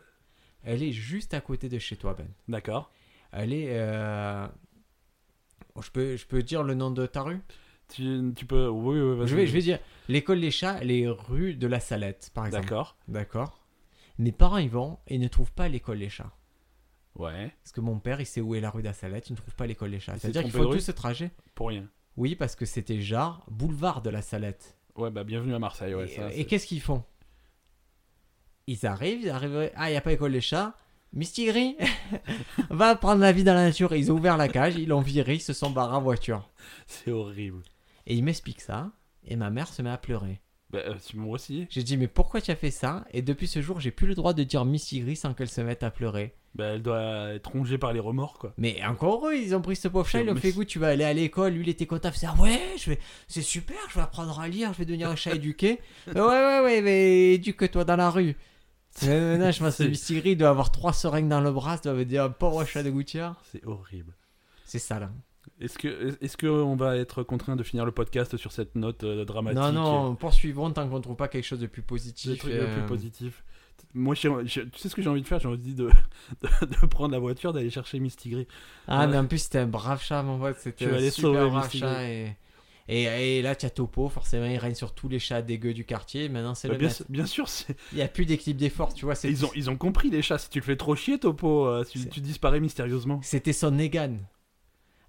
elle est juste à côté de chez toi, Ben. D'accord. Elle est. euh, oh, Je, peux, je peux dire le nom de ta rue Tu, tu peux. Oui, oui, vas-y. je vais, je vais dire l'école des chats, les rues de la Salette, par exemple. D'accord. D'accord. Mes parents y vont et ne trouvent pas l'école des chats. Ouais. Parce que mon père, il sait où est la rue de la Salette, il ne trouve pas l'école des chats. s'est C'est-à-dire qu'ils trompé de font rue tout ce trajet. Pour rien. Oui, parce que c'était genre boulevard de la Salette. Ouais, bah bienvenue à Marseille. Ouais, Et- euh, ça, et c'est- qu'est-ce qu'ils font Ils arrivent, ils arrivent. Ah, il n'y a pas école des chats. Misty Gris va prendre la vie dans la nature. Ils ont ouvert la cage, ils l'ont viré, ils se sont barrés en voiture. c'est horrible. Et ils m'expliquent ça. Et ma mère se met à pleurer. Bah, euh, c'est moi aussi. J'ai dit mais pourquoi tu as fait ça Et depuis ce jour, j'ai plus le droit de dire Miss Gris sans qu'elle se mette à pleurer. Bah, elle doit être rongée par les remords, quoi. Mais encore heureux, ils ont pris ce pauvre chat, ils lui ont Mais- fait écoute, tu vas aller à l'école, lui il était content, il faisait ah ouais, je vais c'est super, je vais apprendre à lire, je vais devenir un chat éduqué. ouais ouais ouais, mais éduque-toi dans la rue. Euh, non, je pense que C'est- Miss Gris doit avoir trois seringues dans le bras, ça doit dire un pauvre chat de gouttière. C'est horrible. C'est hein. ça là. Est-ce que, est-ce que on va être contraint de finir le podcast sur cette note euh, dramatique Non, non, poursuivons tant qu'on trouve pas quelque chose de C'est plus le positif. truc le euh, plus positif. Moi, j'ai- j'ai- tu sais ce que j'ai envie de faire J'ai envie de, de, de prendre la voiture, d'aller chercher Mistigris. Ah, Ouais. mais en plus, c'était un brave chat, mon pote. C'était Tu vas un les super sauver, brave Misty chat. Et, et, et là, t'as Topo, forcément, il règne sur tous les chats dégueux du quartier. Maintenant, c'est Bah, le bien, maître. sûr- bien sûr, c'est- Il n'y a plus d'équipe d'effort, tu vois. c'est- ils, ont, ils ont compris les chats. Si tu le fais trop chier, Topo, euh, si C'est- tu disparais mystérieusement. C'était son Negan.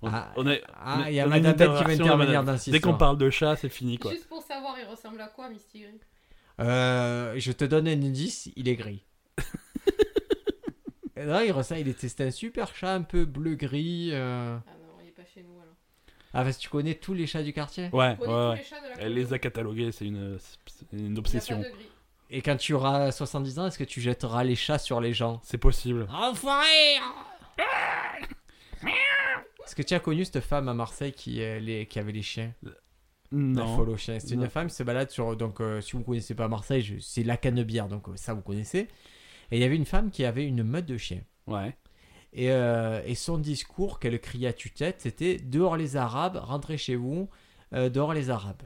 On- Ah, on est- Ah, on est- il y a on est une Madame Ben qui va intervention, intervenir madame. dans ce Dès qu'on soir. parle de chat, c'est fini quoi. Juste pour savoir, il ressemble à quoi, Misty Gris Euh, je te donne un indice, il est gris. Là, il ressemble, il était, c'était un super chat un peu bleu-gris. euh. Ah non, il est pas chez nous alors. Ah, parce que tu connais tous les chats du quartier. Ouais, On ouais, connaît tous ouais. les chats de la Elle colonie. les a catalogués, c'est une, c'est une Il y a pas obsession. de gris. Et quand tu auras 70 ans, est-ce que tu jetteras les chats sur les gens C'est Ah, possible. Enfoiré Est-ce que tu as connu cette femme à Marseille qui, euh, les, qui avait les chiens La Non. folle aux chiens. C'est Non. une femme qui se balade sur. Donc, euh, si vous connaissez pas Marseille, je- c'est la canebière, donc euh, ça vous connaissez. Et il y avait une femme qui avait une meute de chiens. Ouais. Et, euh, et son discours qu'elle criait à tue-tête, c'était dehors les Arabes, rentrez chez vous, euh, dehors les Arabes.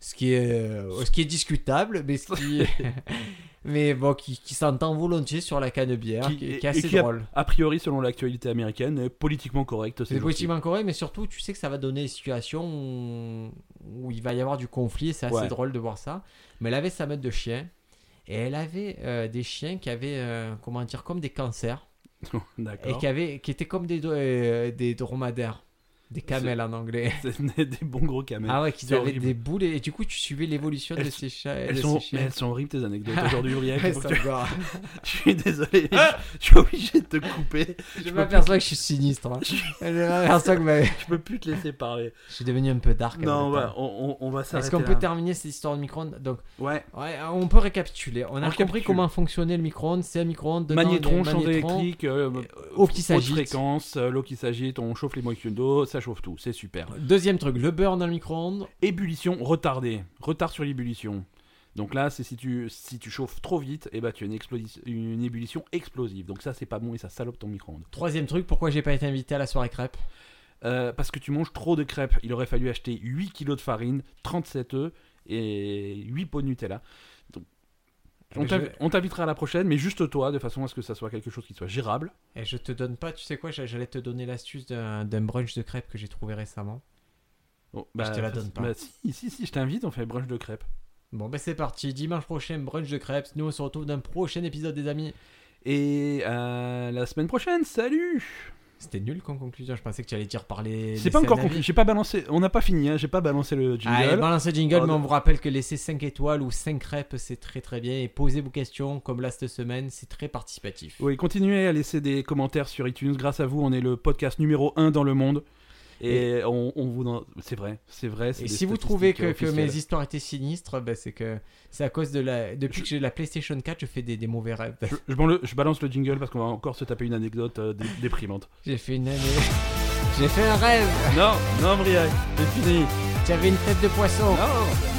Ce qui est, euh, ce qui est discutable, mais ce qui. mais bon, qui, qui s'entend volontiers sur la canebière, Qui- qui, qui et- est et assez qui a- drôle. A priori, selon l'actualité américaine, est politiquement correcte. C'est ces jours-ci. politiquement correct, mais surtout, tu sais que ça va donner des situations où, où il va y avoir du conflit, et c'est assez Ouais. drôle de voir ça. Mais elle avait sa meute de chiens, et elle avait euh, des chiens qui avaient, euh, comment dire, comme des cancers, et D'accord. qui, avaient, qui étaient comme des, do- euh, des dromadaires, des camels en anglais. C'est des- des bons gros camels. Ah ouais, qui c'est avaient horrible. des boules, et du coup, tu suivais l'évolution de Elles- ces chats. Elles de sont, ces mais chiens. elles sont horribles tes anecdotes aujourd'hui, Briac. Ouais, Faut ça que tu- me va. Ah Je suis désolé, mais je, je suis obligé de te couper. Je peux m'aperçois que je suis sinistre. hein. Je Je m'aperçois que ma- je je peux plus te laisser parler. suis devenu un peu dark. avec Non, le ouais, temps. on, on, on va s'arrêter. Est-ce qu'on peut là. terminer cette histoire de micro-ondes Donc, Ouais. Ouais, on peut récapituler. On a Récapitule. compris comment fonctionnait le micro-ondes. C'est un micro-ondes. dedans, il y a Magnétron, un champ magnétron. électrique, euh, eau qui haute s'agite. fréquence, euh, l'eau qui s'agite, on chauffe les molécules d'eau, ça chauffe tout, c'est super. Deuxième truc, le beurre dans le micro-ondes. Ébullition retardée, retard sur l'ébullition. Donc là, c'est si tu, si tu chauffes trop vite, et bah tu as une, explosi- une ébullition explosive. Donc ça, c'est pas bon et ça salope ton micro-ondes. Troisième truc, pourquoi j'ai pas été invité à la soirée crêpe Euh, parce que tu manges trop de crêpes. Il aurait fallu acheter 8 kilos de farine, 37 œufs et 8 pots de Nutella. On Ah, Mais je t'inv- vais- on t'invitera à la prochaine, mais juste toi, de façon à ce que ça soit quelque chose qui soit gérable. Et je te donne pas, tu sais quoi, j'a- j'allais te donner l'astuce d'un d'un brunch de crêpes que j'ai trouvé récemment. Bon, Oh, Je te la ça, donne c'est- pas. bah, si, si, si, je t'invite, on fait brunch de crêpes. Bon, ben c'est parti, dimanche prochain, brunch de crêpes. Nous, on se retrouve dans un prochain épisode, des amis. Et à la semaine prochaine, salut C'était nul comme conclusion, je pensais que tu allais dire parler. C'est pas encore conclu, j'ai pas balancé, on n'a pas fini, hein, j'ai pas balancé le jingle. Allez, balancez le jingle, Oh, mais non. on vous rappelle que laisser 5 étoiles ou 5 crêpes, c'est très très bien. Et posez vos questions, comme là cette semaine, c'est très participatif. Oui, continuez à laisser des commentaires sur iTunes. Grâce à vous, on est le podcast numéro 1 dans le monde. Et, on, on vous. en- C'est vrai, c'est vrai. c'est Et des si vous statistiques trouvez que, que officielles. mes histoires étaient sinistres, ben, c'est que c'est à cause de la. Depuis que j'ai la PlayStation 4, je fais des, des mauvais rêves. Je, je ban- je balance le jingle parce qu'on va encore se taper une anecdote euh, dé- déprimante. J'ai fait une année. J'ai fait un rêve. Non, non, Briac, c'est fini. J'avais une tête de poisson. Non